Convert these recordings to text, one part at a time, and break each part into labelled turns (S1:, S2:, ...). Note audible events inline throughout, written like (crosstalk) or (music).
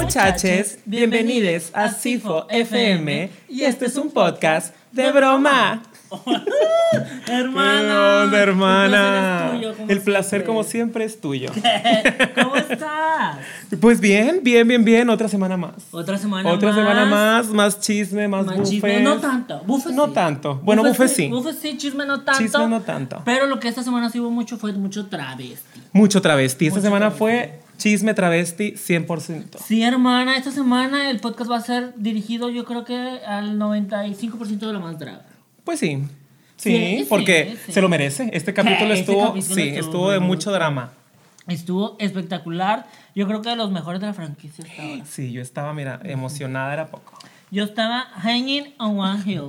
S1: muchaches, bienvenidos a Sifo FM y este es un podcast de broma.
S2: hermana.
S1: ¿Qué onda, hermana?
S2: El placer, es tuyo, como
S1: El placer
S2: siempre.
S1: como siempre es tuyo.
S2: (laughs) ¿Cómo estás?
S1: Pues bien, bien, bien, bien, otra semana más.
S2: Otra semana
S1: Otra
S2: más.
S1: semana más, más chisme, más,
S2: Más
S1: buffet.
S2: chisme, no tanto. Buffet
S1: No
S2: sí.
S1: tanto. Bueno, buffet sí.
S2: Buffet sí, chisme no tanto.
S1: Chisme no tanto.
S2: Pero lo que esta semana sí hubo mucho fue mucho travesti.
S1: Mucho travesti. Esta semana fue chisme travesti 100%.
S2: Sí, hermana, esta semana el podcast va a ser dirigido yo creo que al 95% de la más draga.
S1: Pues sí. Sí,
S2: Sí, sí,
S1: porque
S2: sí.
S1: se lo merece. Este capítulo
S2: (laughs) Este
S1: estuvo,
S2: capítulo
S1: sí,
S2: estuvo
S1: estuvo de
S2: muy
S1: mucho drama.
S2: Estuvo espectacular. Yo creo que de los mejores de la franquicia hasta ahora.
S1: Sí, yo estaba, mira, emocionada era poco.
S2: Yo estaba hanging on one hill.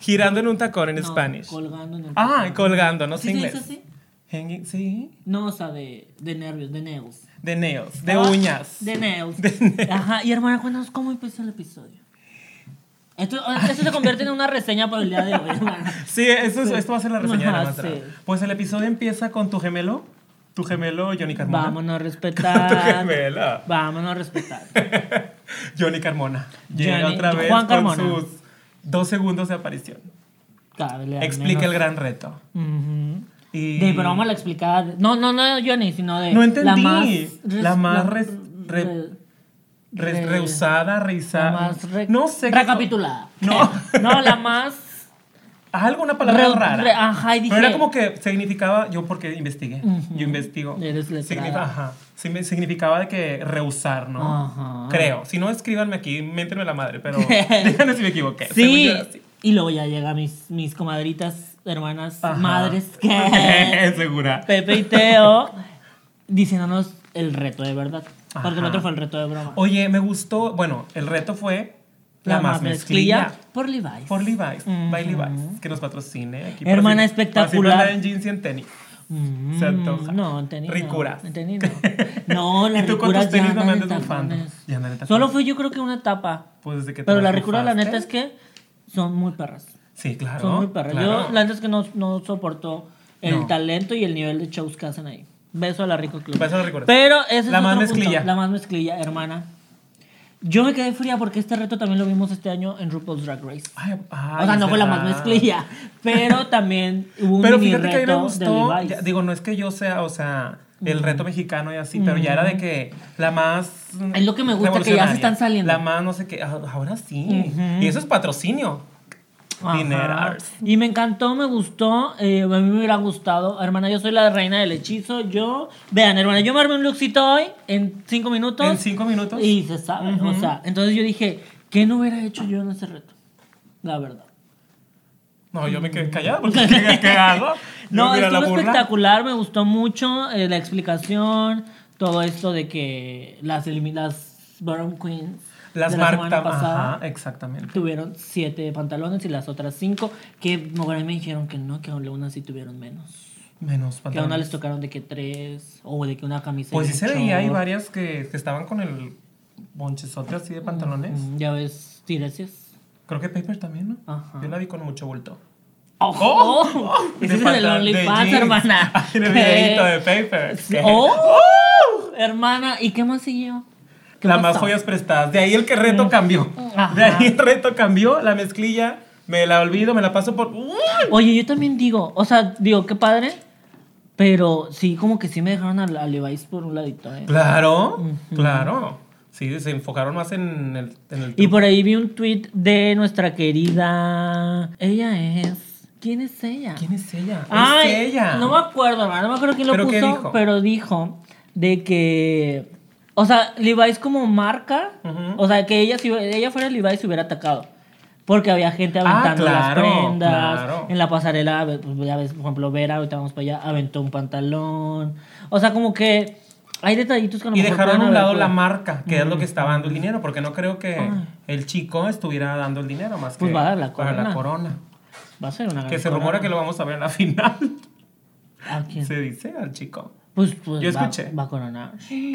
S1: Girando en un tacón (laughs) en
S2: No,
S1: Spanish.
S2: Colgando en el
S1: Ah, colgando, no sé
S2: ¿Sí se
S1: inglés.
S2: dice así?
S1: Hanging- sí.
S2: No, o sea, de, de nervios, de nails.
S1: De nails, de
S2: Ah,
S1: uñas.
S2: De nails.
S1: De nails.
S2: Ajá, y hermana, cuéntanos cómo empezó el episodio. Esto, esto se convierte en una reseña por el día de hoy, hermana.
S1: Sí, eso es- esto va a ser la reseña de
S2: Ajá,
S1: la más
S2: sí.
S1: drag. Pues el episodio empieza con tu gemelo, tu gemelo Johnny Carmona.
S2: Vámonos
S1: (laughs)
S2: a
S1: Tu
S2: respetar.
S1: gemelo.
S2: Vámonos a respetar.
S1: Johnny Carmona. Llega
S2: Johnny-
S1: otra vez
S2: Juan
S1: con
S2: Carmona.
S1: sus dos segundos de aparición.
S2: Cada vez le dan
S1: Explica
S2: menos.
S1: el gran reto.
S2: Ujú.
S1: Y
S2: De broma la explicaba. de- No, no, no, Johnny, sino de.
S1: No entendí.
S2: La más.
S1: La más res- re-
S2: re-
S1: re-
S2: re-
S1: rehusada,
S2: la
S1: revisada.
S2: más re-
S1: no sé. qué-
S2: Recapitulada.
S1: No.
S2: (laughs) no, la más.
S1: (laughs) Alguna palabra
S2: Re-
S1: rara.
S2: re- ajá, y dije-
S1: Pero era como que significaba, yo porque investigué, yo investigo.
S2: Eres letrada.
S1: Significa- ajá. Sí, me- significaba de que rehusar, ¿no?
S2: Ajá.
S1: Creo. Si no, escríbanme aquí, méntenme la madre,
S2: (laughs)
S1: pero díganme si me equivoqué. (laughs) Según
S2: Sí.
S1: yo era así.
S2: Y luego ya llegan mis, mis comadritas, hermanas,
S1: Ajá. (laughs)
S2: madres, que
S1: Segura.
S2: Pepe y Teo, diciéndonos el reto de verdad. Porque el
S1: Ajá.
S2: otro fue el reto de broma.
S1: Oye, me gustó, bueno, el reto fue la, más mezclilla.
S2: por Levi's.
S1: Por Levi's, by Levi's, que nos patrocine aquí.
S2: Hermana
S1: para si-
S2: espectacular.
S1: para si no andar en jeans y en tenis.
S2: Mm,
S1: Se antoja.
S2: No, en tenis no.
S1: Ricuras.
S2: En tenis
S1: (laughs)
S2: no. No, las
S1: ¿Y tú con
S2: ricuras
S1: tus tenis
S2: ya
S1: no
S2: andan
S1: me
S2: en
S1: andas bufando?
S2: tacones.
S1: Ya andan en tacones.
S2: Solo fue yo creo que una etapa.
S1: Pues desde que te
S2: Pero la
S1: las
S2: ricura, la
S1: rifaste.
S2: neta es que son muy perras.
S1: Sí, claro.
S2: Son muy perras.
S1: claro.
S2: Yo, la neta es que no, no soporto el
S1: No.
S2: talento y el nivel de shows que hacen ahí. Beso a la Rico Club.
S1: Beso a la Rico Club.
S2: Pero ese
S1: La
S2: es
S1: más
S2: otro punto.
S1: mezclilla.
S2: La más mezclilla, hermana. Yo me quedé fría porque este reto también lo vimos este año en RuPaul's Drag Race.
S1: Ay, ay,
S2: o sea,
S1: es
S2: no fue la más
S1: verdad. (laughs)
S2: mezclilla, pero también hubo un
S1: Pero
S2: mini
S1: fíjate que a mí me
S2: reto de
S1: gustó.
S2: Levi's.
S1: ya- digo, no es que yo sea, o sea, el reto mexicano y así, pero ya era de que la más. mm,
S2: Es lo que me gusta, que ya se
S1: revolucionaria,
S2: están saliendo.
S1: La más, no sé qué. ah, Ahora sí. Y eso es patrocinio.
S2: Ajá.
S1: Dinerars.
S2: Y me encantó, me gustó. eh, a mí me hubiera gustado. Hermana, yo soy la reina del hechizo. Yo. Vean, hermana, yo me armé un luxito hoy en cinco minutos.
S1: En cinco minutos.
S2: Y se sabe. O sea, entonces yo dije, ¿qué no hubiera hecho yo en ese reto? La verdad.
S1: No, yo me quedé callado porque ¿qué, qué hago? Yo,
S2: (laughs) No,
S1: mira, la
S2: estuvo
S1: burla.
S2: espectacular, me gustó mucho eh, la explicación, todo esto de que las, elimi- las Baron Queens
S1: Las
S2: de la semana
S1: Marta.
S2: pasada
S1: Ajá, exactamente.
S2: tuvieron siete pantalones y las otras cinco, que por ahí me dijeron que no, que algunas sí tuvieron menos.
S1: Menos
S2: Que a una
S1: pantalones.
S2: les tocaron de que tres, o de que una camisa. y
S1: Pues
S2: un
S1: sí se veía, hay
S2: short.
S1: varias que, que estaban con el bonchezote así de pantalones.
S2: Mm, Ya ves, tiresias.
S1: Creo que Paper también, ¿no?
S2: Ajá.
S1: Yo la vi con mucho bulto.
S2: ¡Ojo! Oh,
S1: De
S2: Ese es el
S1: pantalón- de
S2: OnlyFans,
S1: jeans.
S2: (laughs) hermana.
S1: (laughs) Ay, En el videito de
S2: (laughs)
S1: Paper.
S2: Eh, ¡Oh! Hermana, ¿y qué más siguió? ¿Qué
S1: Las más
S2: pasó? Mm.
S1: joyas prestadas. De ahí el que reto cambió.
S2: Ajá.
S1: De ahí el reto cambió. La mezclilla, me la olvido, me la paso por. ¡Uy!
S2: Oye, yo también digo, o sea, digo, qué padre, pero sí, como que sí me dejaron a, a Levi's por un ladito, ¿eh?
S1: Claro, claro. Sí, se enfocaron más en el. En el
S2: Y por ahí vi un tweet de nuestra querida. Ella es. ¿Quién es ella?
S1: ¿Quién es ella?
S2: e- Ay,
S1: es ella.
S2: No me acuerdo, hermano, no me acuerdo quién lo
S1: ¿Pero qué
S2: puso,
S1: dijo?
S2: pero dijo de que. O sea, Levi's como marca,
S1: Ujú.
S2: o sea, que ella, si ella fuera Levi's se hubiera atacado. Porque había gente aventando
S1: Ah, claro,
S2: las prendas.
S1: claro.
S2: En la pasarela, ve- pues, ya ves, por ejemplo, Vera, ahorita vamos para allá, aventó un pantalón. O sea, como que hay detallitos que a lo
S1: Y
S2: mejor
S1: dejaron a
S2: pueden
S1: un
S2: haber
S1: lado la
S2: podido-
S1: marca, que es lo que estaba dando el dinero, porque no creo que el chico estuviera dando el dinero más que
S2: Pues va a dar la
S1: para
S2: corona.
S1: la corona.
S2: Va a ser una gran
S1: Que se
S2: corona.
S1: rumora que lo vamos a ver en la (laughs) final.
S2: ¿A quién?
S1: Se dice al chico.
S2: Pues, pues
S1: Yo
S2: va-
S1: escuché.
S2: Va, a coronar. (laughs)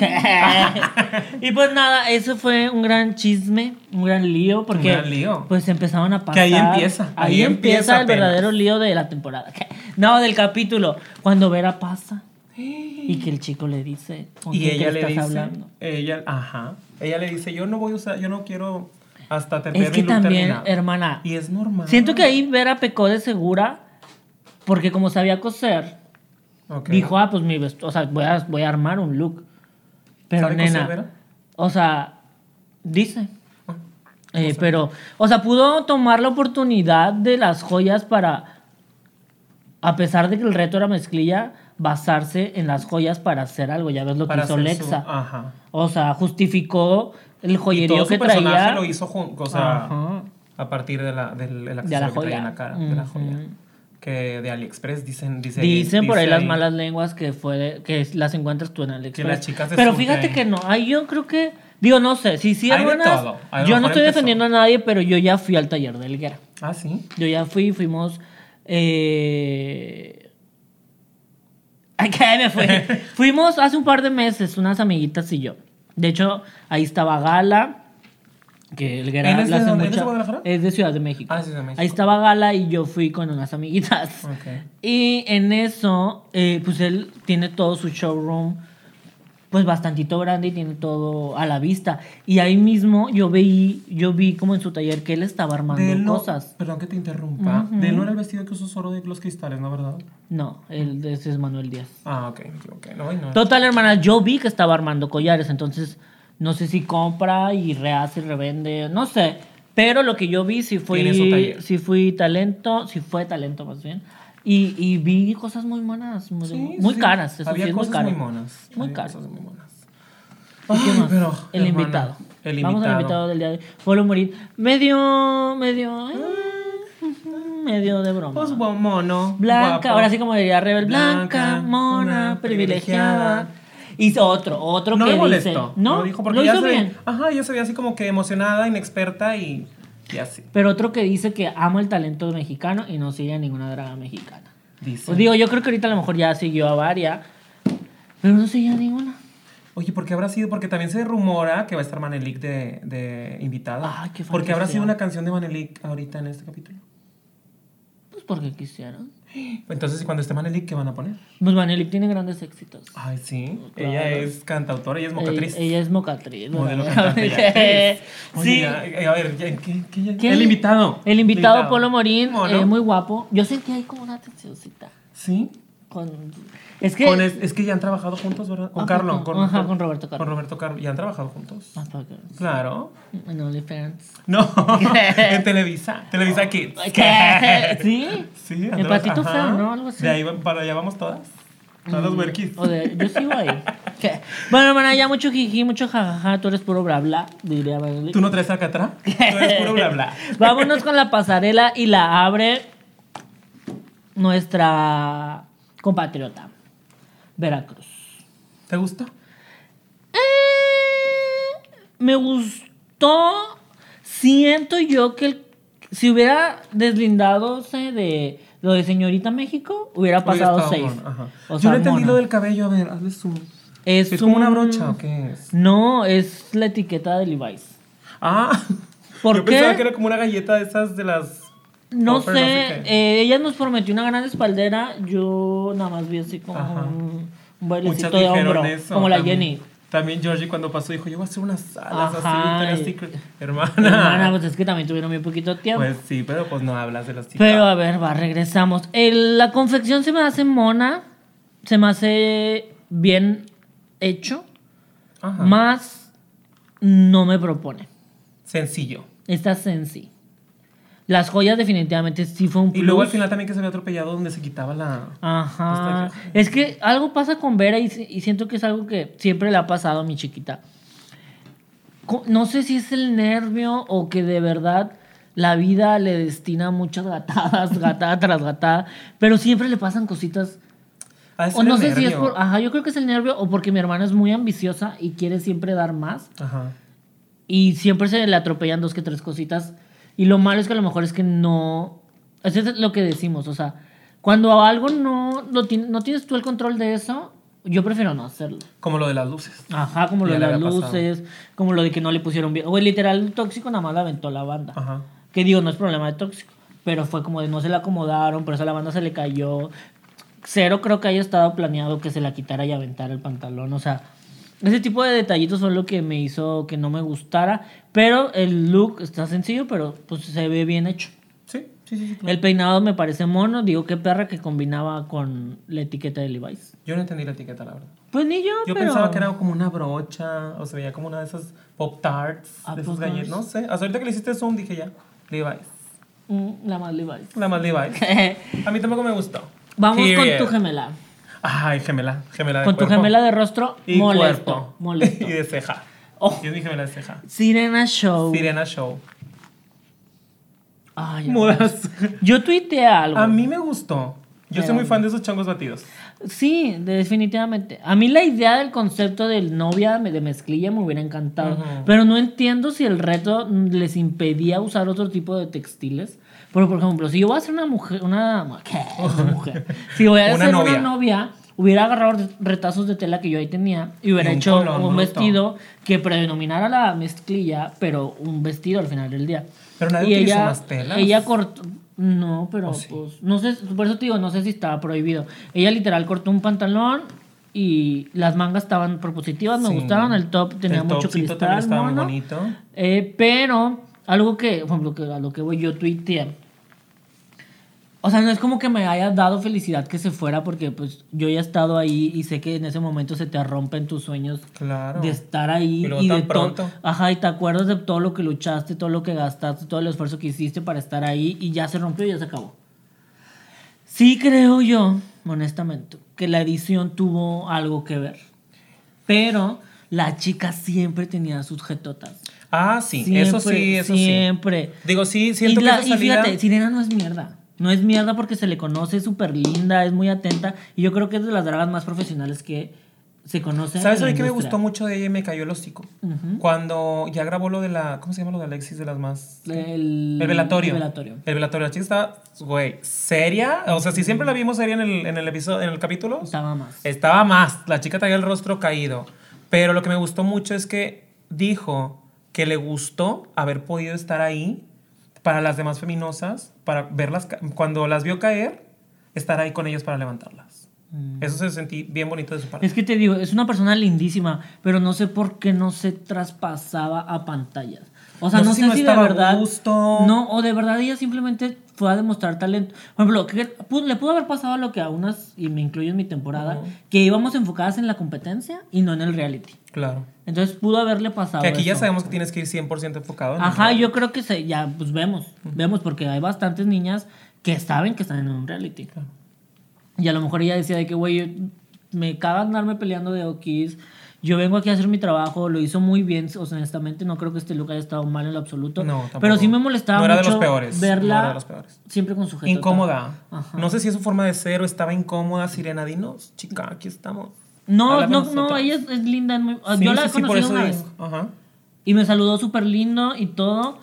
S2: y pues nada, eso fue un gran chisme, un gran lío, porque
S1: gran lío.
S2: pues empezaron a pasar.
S1: Que ahí empieza,
S2: Ahí,
S1: ahí
S2: empieza,
S1: empieza
S2: el
S1: apenas.
S2: (laughs) verdadero lío de la temporada. No, del capítulo. Cuando Vera pasa Y que el chico le dice, ¿con
S1: Y
S2: quién
S1: ella
S2: te
S1: le
S2: estás
S1: dice,
S2: hablando?
S1: ella, ajá, ella le dice, yo no voy a usar, yo no quiero hasta tener
S2: Es que también, hermana,
S1: Y es normal.
S2: siento que ahí Vera pecó de segura porque como sabía coser,
S1: Ok.
S2: dijo, ah, pues mi vest- o sea, voy a, voy a armar un look. Pero
S1: ¿Sabe coser,
S2: nena,
S1: Vera?
S2: o sea, dice.
S1: Ah,
S2: Eh, pero, o sea, pudo tomar la oportunidad de las joyas para, a pesar de que el reto era mezclilla, basarse en las joyas para hacer algo. Ya ves lo
S1: Para
S2: que hizo
S1: hacer su-
S2: Lexa.
S1: ajá.
S2: O sea, justificó el
S1: Y
S2: joyerío
S1: todo
S2: que
S1: su personaje
S2: traía.
S1: lo hizo jun- o sea,
S2: Ajá.
S1: a partir de la, del el
S2: De la
S1: accesorio que traía en la
S2: joya.
S1: cara, de la joya.
S2: Ujú.
S1: Que de AliExpress dicen, dice,
S2: Dicen por ahí
S1: dice
S2: las malas lenguas que fue de- que las encuentras tú en AliExpress.
S1: las chicas de
S2: Pero
S1: Subway.
S2: fíjate que no, ahí yo creo que digo no sé, si sí
S1: Hay de
S2: hermanas,
S1: todo. A lo
S2: yo no
S1: mejor
S2: estoy
S1: empezó.
S2: defendiendo a nadie, pero yo ya fui al taller de Elguera.
S1: Ah, sí.
S2: Yo ya fui, fuimos eh (laughs) Acá
S1: (laughs)
S2: me fue. Fuimos hace un par de meses unas amiguitas y yo. De hecho, ahí estaba Gala que Elguera
S1: ¿Él es
S2: la
S1: de
S2: hace
S1: dónde? ¿Él es
S2: mucha-
S1: de Guadalajara?
S2: es de Ciudad de México.
S1: Ah, sí, de México. Ah.
S2: Ahí estaba Gala y yo fui con unas amiguitas.
S1: Ok.
S2: Y en eso, eh, pues él tiene todo su showroom, pues bastantito grande y tiene todo a la vista. Y ahí mismo yo vi, yo vi como en su taller que él estaba armando
S1: De él no-
S2: cosas.
S1: perdón que te interrumpa. De él no era el vestido que usó Soro de los cristales, ¿no, verdad?
S2: No, él ese es Manuel Díaz.
S1: Ah, ok, me equivoqué. No, ay, no.
S2: Total, hermana, yo vi que estaba armando collares, entonces no sé si compra y rehace y revende, no sé. Pero lo que yo vi sí
S1: Tiene su
S2: fui,
S1: taller.
S2: sí fui talento, sí fue talento más bien. Y, y vi cosas muy monas, muy,
S1: Sí,
S2: muy
S1: sí.
S2: caras. Eso
S1: Había
S2: sí, es
S1: cosas
S2: muy, caro.
S1: monas.
S2: Muy
S1: Había
S2: caro.
S1: cosas muy monas.
S2: ¿Y qué
S1: Ay,
S2: más?
S1: pero,
S2: el
S1: hermana,
S2: invitado.
S1: El
S2: Vamos al invitado del día de hoy. Polo Morín. Medio, medio, eh,
S1: Ah.
S2: medio de broma.
S1: Pues buen mono.
S2: Blanca,
S1: guapo.
S2: ahora sí como diría Rebel, blanca,
S1: Blanca,
S2: mona,
S1: mona,
S2: privilegiada.
S1: privilegiada.
S2: Y otro, otro
S1: No
S2: que
S1: me
S2: dice.
S1: molestó.
S2: No,
S1: lo dijo porque
S2: lo
S1: ya
S2: hizo
S1: se ve-
S2: bien.
S1: Ajá, yo se veía así como que emocionada, inexperta y, y así.
S2: Pero otro que dice que ama el talento mexicano y no sigue a ninguna draga mexicana.
S1: Dice.
S2: Pues digo, yo creo que ahorita a lo mejor ya siguió a varias, pero no sigue a ninguna.
S1: Oye, ¿por qué habrá sido? Porque también se rumora que va a estar Manelik de, de invitada.
S2: Ay, qué
S1: ¿Por qué habrá
S2: fantasía.
S1: sido una canción de Manelik ahorita en este capítulo?
S2: Pues porque quisieron.
S1: Entonces, cuando esté Manelik, ¿qué van a poner?
S2: Pues Vanelli tiene grandes éxitos.
S1: Ay, sí.
S2: Claro.
S1: Ella es cantautora, ella es mocatriz.
S2: Ella, ella es mocatriz.
S1: Modelo
S2: ¿verdad?
S1: cantante
S2: (laughs)
S1: y actriz. Oye,
S2: sí.
S1: ya, eh, a ver, ya, ¿qué, qué- ya?
S2: ¿Qué?
S1: El invitado.
S2: El invitado, Polo Morín,
S1: Mono.
S2: eh, muy guapo. Yo sentí ahí como una tensióncita.
S1: Sí.
S2: Con... Es que...
S1: Con es, es que ya han trabajado juntos, ¿verdad? Con
S2: Ah,
S1: Carlos.
S2: con- ajá, con Roberto Carlos.
S1: Con Roberto Carlos. Ya han trabajado juntos.
S2: Ah, fuck it.
S1: Claro.
S2: En OnlyFans.
S1: No. (laughs) en Televisa. Televisa Kids.
S2: ¿Qué? ¿Sí?
S1: Sí,
S2: El
S1: Andrés,
S2: patito
S1: ajá.
S2: feo, ¿no? Algo así. Mm,
S1: De ahí va- para allá vamos todas. Todas las huerquis.
S2: O de, yo sigo ahí. ¿Qué? Bueno, hermana, ya mucho jiji, mucho jajaja, tú eres puro bla bla, diría
S1: (laughs)
S2: Beverly.
S1: ¿Tú no traes acá
S2: (laughs)
S1: atrás? Tú eres puro bla bla.
S2: Vámonos con la pasarela y la abre nuestra compatriota, Veracruz.
S1: ¿Te gustó?
S2: Eh, me gustó. Siento yo que el- si hubiera deslindado de lo de Señorita México, hubiera pasado
S1: Hubiera estado
S2: seis.
S1: mona, ajá.
S2: O
S1: Yo
S2: sea,
S1: no entendí
S2: mona.
S1: lo del cabello. A ver, hazle zoom.
S2: Es,
S1: ¿Es, como una
S2: un-
S1: brocha o qué es?
S2: No, es la etiqueta de Levi's.
S1: Ah.
S2: ¿Por
S1: yo
S2: qué?
S1: pensaba que era como una galleta de esas de las...
S2: No
S1: Topper,
S2: sé,
S1: qué.
S2: eh, ella nos prometió una gran espaldera. Yo nada más vi así como
S1: Ajá.
S2: un, un
S1: Muchas
S2: bailecito de
S1: dijeron
S2: hombro,
S1: eso.
S2: como la
S1: también. (laughs)
S2: Jenny.
S1: También Georgie cuando pasó dijo, yo voy a hacer unas alas
S2: Ajá,
S1: así, Victoria's
S2: y-
S1: Secret. Hermana.
S2: (laughs) Hermana, pues es que también tuvieron muy poquito tiempo.
S1: Pues sí, pero pues no hablas de las chicas.
S2: Pero a ver, va, regresamos. El- la confección se me hace mona, se me hace bien hecho,
S1: Ajá.
S2: ah, más no me propone.
S1: Sencillo.
S2: Está sensi. Las joyas definitivamente sí fue un
S1: Y luego al
S2: plus.
S1: final también que se había atropellado donde se quitaba la...
S2: Ajá. Es que algo pasa con Vera y, si- y siento que es algo que siempre le ha pasado a mi chiquita. Co- No sé si es el nervio o que de verdad la vida le destina muchas gatadas, (laughs) gatada tras gatada, pero siempre le pasan cositas.
S1: Ah, es
S2: O
S1: el
S2: no sé si es
S1: nervio.
S2: por. Ajá, yo creo que es el nervio o porque mi hermana es muy ambiciosa y quiere siempre dar más
S1: Ajá.
S2: y siempre se le atropellan dos que tres cositas. Y lo malo es que a lo mejor es que no. Eso es lo que decimos, o sea, cuando algo no, lo ti- no tienes tú el control de eso, yo prefiero no hacerlo.
S1: Como lo de las luces.
S2: Ajá, como lo
S1: Ya
S2: de
S1: le
S2: las
S1: había pasado.
S2: luces, como lo de que no le pusieron bien. Güey, literal, el tóxico nada más la aventó la banda.
S1: Ajá.
S2: Que digo, no es problema de tóxico, pero fue como de no se le acomodaron, por eso la banda se le cayó. cero creo que haya estado planeado que se la quitara y aventara el pantalón. O sea, ese tipo de detallitos son lo que me hizo que no me gustara. Pero el look está sencillo, pero pues se ve bien hecho.
S1: Sí, sí, sí. sí, claro.
S2: El peinado me parece mono. Digo, qué perra que combinaba con la etiqueta de Levi's.
S1: Yo no entendí la etiqueta, la verdad.
S2: Pues ni yo,
S1: Yo
S2: pero...
S1: pensaba que era como una brocha, o se veía como una de esas pop tarts,
S2: Ah,
S1: de esas
S2: Pop Tarts.
S1: galletas, no sé. Hasta ahorita que le hiciste zoom dije ya, Levi's.
S2: Mm, la más Levi's. (laughs)
S1: La más Levi's. A mí tampoco me gustó.
S2: Vamos
S1: Period.
S2: con tu gemela.
S1: Ay, gemela, gemela eh, de
S2: Con tu
S1: cuerpo.
S2: gemela de rostro
S1: y
S2: molesto.
S1: cuerpo.
S2: Molesto.
S1: (laughs) y de ceja.
S2: Oh.
S1: Y es mi gemela de ceja.
S2: Sirena Show.
S1: Sirena Show.
S2: Ay,
S1: Mudas.
S2: Yo tuiteé algo.
S1: A mí me gustó. Yo soy
S2: Pero-
S1: muy fan de esos chongos batidos.
S2: Sí, definitivamente. A mí la idea del concepto del novia me- de mezclilla me hubiera encantado.
S1: Ujú.
S2: Pero no entiendo si el reto mm, les impedía usar otro tipo de textiles. Pero, por ejemplo, si yo voy a ser una mujer,
S1: (laughs)
S2: una mujer, una mujer. si voy a
S1: Una
S2: ser
S1: novia.
S2: una novia, hubiera agarrado re- retazos de tela que yo ahí tenía y hubiera
S1: Y un
S2: hecho
S1: color,
S2: un
S1: bonito.
S2: vestido que predominara la mezclilla, pero un vestido al final del día.
S1: Pero nadie
S2: Y
S1: utilizó
S2: ella,
S1: más telas.
S2: Ella cortó. No, pero
S1: ¿O sí?
S2: pues. No sé, por eso te digo, no sé si estaba prohibido. Ella literal cortó un pantalón y las mangas estaban propositivas, me
S1: Sí.
S2: gustaron. El top tenía
S1: El
S2: mucho
S1: topcito
S2: cristal.
S1: también estaba muy
S2: mono.
S1: bonito.
S2: Eh, pero, algo que, por ejemplo, que a lo que voy yo tuiteé. O sea, no es como que me haya dado felicidad que se fuera, porque pues yo ya he estado ahí y sé que en ese momento se te rompen tus sueños
S1: Claro.
S2: de estar ahí
S1: Y luego
S2: de
S1: tan
S2: to-
S1: pronto.
S2: ajá y te acuerdas de todo lo que luchaste todo lo que gastaste todo el esfuerzo que hiciste para estar ahí y ya se rompió y ya se acabó sí creo yo honestamente que la edición tuvo algo que ver pero la chica siempre tenía sus jetotas
S1: Ah, sí.
S2: siempre,
S1: eso sí, eso
S2: siempre
S1: sí. Digo, sí, siento
S2: y, la-
S1: que
S2: y
S1: esa salida...
S2: fíjate, Sirena no es mierda. No es mierda porque se le conoce, es súper linda, es muy atenta. Y yo creo que es de las dragas más profesionales que se conocen.
S1: ¿Sabes
S2: en
S1: a
S2: la
S1: mí que me
S2: industria.
S1: gustó mucho de ella y me cayó el hocico? Cuando ya grabó lo de la... ¿Cómo se llama lo de Alexis de las más...?
S2: El,
S1: El velatorio.
S2: el velatorio.
S1: El velatorio. La chica estaba, güey, seria. O sea, si siempre la vimos seria en el, en el episodio, en el capítulo,
S2: Estaba más.
S1: Estaba más, la chica traía el rostro caído. Pero lo que me gustó mucho es que dijo que le gustó haber podido estar ahí para las demás feminosas, para verlas, ca- cuando las vio caer, estar ahí con ellas para levantarlas. Eso se sentí bien bonito de su parte.
S2: Mm. Es que te digo, es una persona lindísima, pero no sé por qué no se traspasaba a pantallas. O sea,
S1: No
S2: no,
S1: sé
S2: sé
S1: si no
S2: si de
S1: estaba a
S2: verdad.
S1: gusto.
S2: No, o de verdad ella simplemente fue a demostrar talento. Por ejemplo, que pu- le pudo haber pasado lo que a unas, y me incluyo en mi temporada, que íbamos enfocadas en la competencia y no en el reality.
S1: Claro.
S2: Entonces pudo haberle pasado.
S1: Que aquí ya
S2: eso.
S1: sabemos que tienes que ir 100% enfocado. en el
S2: Ajá,
S1: rol.
S2: yo creo que se, ya, pues vemos, vemos, porque hay bastantes niñas que saben que están en un reality. Y a lo mejor ella decía de que, güey, yo- me caga andarme peleando de Okis, yo vengo aquí a hacer mi trabajo, lo hizo muy bien, o sea, honestamente, no creo que este look haya estado mal en lo absoluto.
S1: No, tampoco.
S2: Pero sí me molestaba
S1: No era de
S2: mucho
S1: los peores,
S2: verla
S1: no era de los peores.
S2: siempre con su jetota.
S1: Incómoda.
S2: Ajá.
S1: No sé si es su forma de ser o estaba incómoda, Sirena. Dinos, chica, aquí estamos.
S2: No,
S1: Habla con
S2: no, no,
S1: nosotras.
S2: ella es, es linda, es muy-
S1: Sí,
S2: yo la
S1: sí,
S2: he
S1: sí, por
S2: conocido
S1: eso
S2: una
S1: digo.
S2: vez.
S1: Ajá.
S2: Y me saludó súper lindo y todo.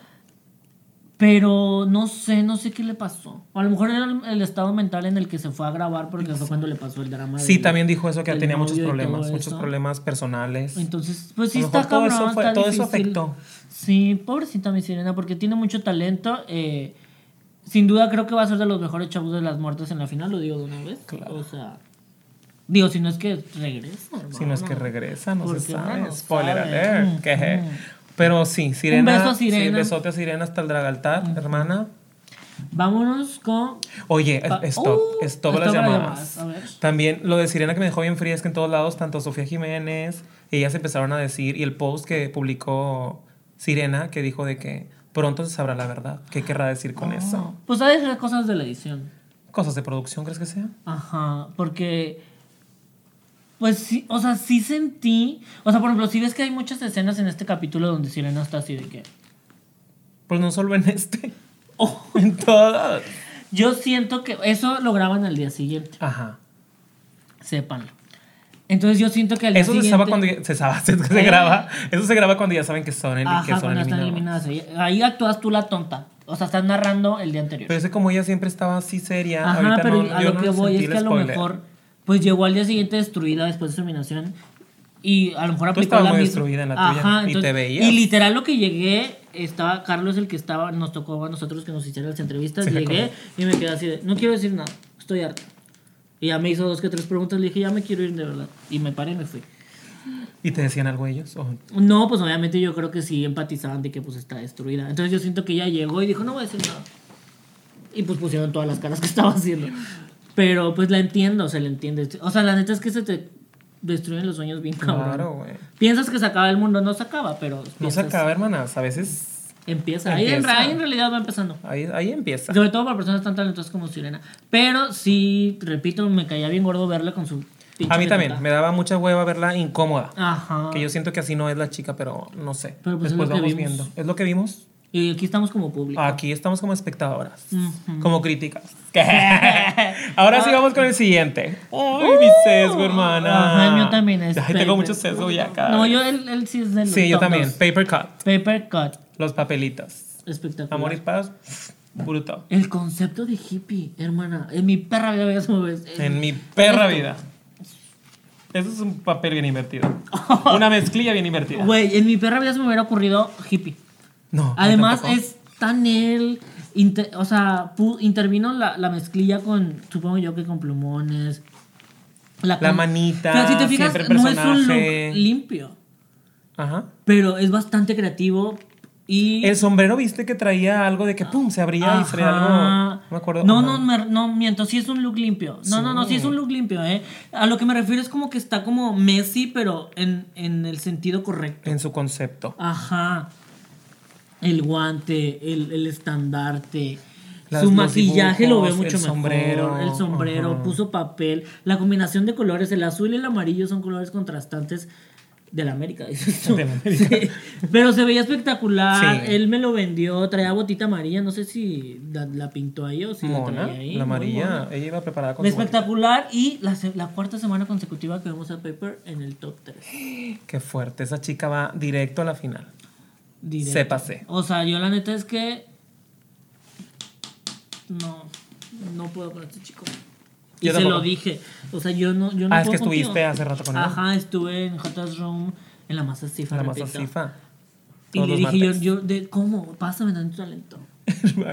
S2: Pero no sé, no sé qué le pasó. O a lo mejor era el, el estado mental en el que se fue a grabar porque fue cuando le pasó el drama.
S1: Sí,
S2: del-
S1: también dijo eso que
S2: del
S1: tenía muchos
S2: novio y
S1: problemas,
S2: todo
S1: muchos
S2: eso.
S1: problemas personales.
S2: Entonces, pues sí
S1: A lo mejor
S2: está cabrón,
S1: todo eso, fue-
S2: está
S1: todo eso
S2: difícil.
S1: afectó.
S2: Sí, pobrecita mi sirena, porque tiene mucho talento. eh, sin duda creo que va a ser de los mejores chavos de las muertes en la final, lo digo de una vez.
S1: Claro.
S2: O sea, digo, si no es que regresa.
S1: Si no es que regresa, no se
S2: Porque uno
S1: sabe.
S2: no
S1: Spoiler
S2: sabe.
S1: alert.
S2: Mm,
S1: queje. Pero sí, Sirena.
S2: beso a Sirena.
S1: sí, besote a Sirena hasta el dragaltar, hermana.
S2: Vámonos con...
S1: Oye,
S2: Pa-
S1: stop, stop a
S2: Uh,
S1: las
S2: stop a las
S1: llamadas.
S2: llamadas, a ver.
S1: También lo de Sirena que me dejó bien fría es que en todos lados, tanto Sofía Jiménez, ellas empezaron a decir, y el post que publicó Sirena, que dijo de que pronto se sabrá la verdad. ¿Qué querrá decir con eso?
S2: Pues sabes las cosas de la edición.
S1: ¿Cosas de producción crees que sea?
S2: Ajá, porque. Pues sí, o sea, sí sentí. O sea, por ejemplo, si ves que hay muchas escenas en este capítulo donde Sirena está así de que.
S1: Pues no solo en este.
S2: Oh.
S1: (laughs) en todas.
S2: Yo siento que eso lo graban al día siguiente,
S1: Ajá.
S2: sépanlo. Entonces yo siento que al día
S1: Eso se
S2: siguiente.
S1: sabe cuando ya- se sabe, (laughs) se, se
S2: Eh.
S1: graba. Eso se graba cuando ya saben que son, el, que
S2: Ajá,
S1: son
S2: cuando están
S1: eliminados.
S2: eliminadas. Ahí actúas tú la tonta. O sea, estás narrando el día anterior.
S1: Pero es que como ella siempre estaba así seria,
S2: Ajá,
S1: ahorita
S2: pero
S1: no,
S2: a
S1: yo
S2: lo
S1: no
S2: que voy
S1: sentí el
S2: es que a lo
S1: spoiler.
S2: mejor. Pues llegó al día siguiente destruida después de su nominación. Y a lo mejor aplicó
S1: estabas
S2: la
S1: muy
S2: misma-
S1: destruida en la tuya, y te veías.
S2: Y literal lo que llegué, estaba Carlos el que estaba, nos tocó a nosotros que nos hicieran las entrevistas.
S1: Sí, recuerdo.
S2: llegué y me quedé así de, no quiero decir nada, estoy harta. Y ya me hizo dos que tres preguntas, le dije, ya me quiero ir de verdad. Y me paré y me fui.
S1: ¿Y te decían algo ellos? oh, ¿O
S2: No, pues obviamente yo creo que sí empatizaban de que pues está destruida. Entonces yo siento que ella llegó y dijo, no voy a decir nada. Y pues pusieron todas las caras que (laughs) estaba haciendo. Pero pues la entiendo, se la entiende. O sea, la neta es que se te destruyen los sueños bien cabrón.
S1: Claro, güey.
S2: Piensas que se acaba el mundo, no se acaba, pero
S1: No se
S2: piensas-
S1: acaba, hermanas. A veces
S2: Empieza. Ahí, en,
S1: Empieza.
S2: ahí en realidad va empezando.
S1: ahí, ahí empieza.
S2: Sobre todo para personas tan talentosas como Sirena. Pero sí, repito, me caía bien gordo verla con su pinche
S1: A mí también.
S2: jeta.
S1: Me daba mucha hueva verla incómoda.
S2: Ajá.
S1: Que yo siento que así no es la chica, pero no sé.
S2: Ah. Pero, pues, es
S1: Después
S2: lo que
S1: vamos
S2: vimos.
S1: viendo. Es lo que vimos.
S2: Y aquí estamos como público.
S1: Aquí estamos como espectadoras,
S2: Ujú.
S1: como críticas. (laughs) Ahora sí vamos con el siguiente. Ay, mi sesgo, hermana.
S2: Uh. Ajá, el mío también es
S1: Ay, tengo
S2: paper.
S1: mucho sesgo ya acá.
S2: No, yo él, él sí es de los
S1: sí, yo
S2: top
S1: también.
S2: dos.
S1: Paper cut.
S2: Paper cut.
S1: Los papelitos.
S2: Espectacular.
S1: Amor y paz. Bruto.
S2: El concepto de hippie, hermana. En mi perra vida veías como ves.
S1: En mi perra
S2: Esto.
S1: vida. Eso es un papel bien invertido.
S2: (laughs)
S1: Una mezclilla bien invertida.
S2: Güey, en mi perra vida se me hubiera ocurrido hippie.
S1: No. a mí
S2: Además,
S1: tampoco.
S2: es tan él. inte- o sea, pu- intervino la, la mezclilla con, supongo yo que con plumones.
S1: La
S2: con-
S1: manita,
S2: Pero si te fijas,
S1: siempre
S2: no es un
S1: personaje.
S2: look limpio.
S1: Ajá.
S2: Pero es bastante creativo. Y.
S1: El sombrero, viste que traía algo de que pum, se abría y se veía algo. No
S2: Ajá.
S1: me acuerdo.
S2: No,
S1: Ajá.
S2: no, me- no, miento, sí es un look limpio. No, no, no, sí es un look limpio, ¿eh? A lo que me refiero es como que está como Messi, pero en, en el sentido correcto.
S1: En su concepto.
S2: Ajá. El guante, el, el estandarte.
S1: Las-
S2: su
S1: los
S2: maquillaje lo
S1: dibujos,
S2: ve mucho
S1: el
S2: mejor.
S1: sombrero,
S2: el sombrero,
S1: ajá.
S2: puso papel. La combinación de colores, el azul y el amarillo son colores contrastantes de la América. (laughs) dices tú.
S1: De la América.
S2: Sí. Pero se veía espectacular.
S1: Sí.
S2: Él me lo vendió, traía botita amarilla. No sé si la, la pintó ahí o si la
S1: Mona,
S2: traía ahí.
S1: la
S2: muy
S1: amarilla,
S2: mona.
S1: ella iba preparada con su
S2: Espectacular. Y la, se- la cuarta semana consecutiva que vemos a Paper en el top 3.
S1: Qué fuerte, esa chica va directo a la final. Sépase.
S2: O sea, yo la neta es que. No. No puedo con este chico. Y
S1: Yo
S2: se
S1: tampoco.
S2: lo dije. O sea, yo no. Yo no
S1: Ah, es
S2: puedo
S1: que estuviste
S2: contigo.
S1: hace rato con él.
S2: Ajá, estuve en Jotas Room. En la masa cifa.
S1: La más
S2: repito.
S1: asifa.
S2: Y le dije yo,
S1: (laughs)
S2: yo de, ¿cómo? Pásame tanto talento.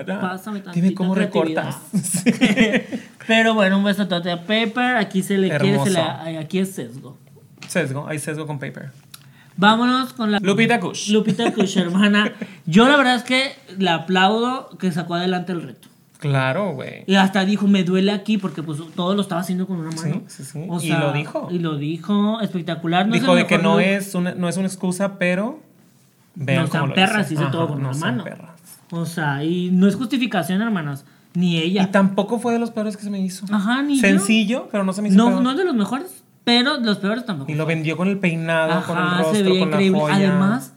S2: Pásame
S1: Dime
S2: tantita
S1: cómo recortas. (laughs)
S2: creatividad. Pero bueno, un beso a Pepper. Aquí se le quiere, se le-
S1: Hermoso.
S2: aquí es sesgo.
S1: sesgo, hay sesgo con paper.
S2: Vámonos con la.
S1: Lupita Kush.
S2: Lupita
S1: (laughs)
S2: Kush, hermana. Yo la verdad es que la aplaudo que sacó adelante el reto.
S1: claro, güey.
S2: Y hasta dijo, me duele aquí, porque pues todo lo estaba haciendo con una mano.
S1: Sí, sí, sí. Y lo dijo.
S2: Y lo dijo, espectacular. No es
S1: Dijo
S2: el
S1: de que
S2: mejor
S1: no
S2: look.
S1: es, una, no es una excusa, pero. Vean
S2: No
S1: cómo
S2: sean
S1: lo
S2: perras, hizo
S1: Ajá,
S2: todo con
S1: no
S2: una
S1: sean
S2: mano.
S1: perras.
S2: O sea, y no es justificación, hermanas. Ni
S1: Y
S2: ella.
S1: tampoco fue de los peores que se me hizo.
S2: Ajá, ni yo.
S1: Sencillo, pero no se me hizo.
S2: No,
S1: peor.
S2: no es de los mejores, pero los peores tampoco.
S1: Y lo vendió con el peinado, con el
S2: Ajá,
S1: rostro,
S2: se veía
S1: con
S2: increíble.
S1: la joya.
S2: Además,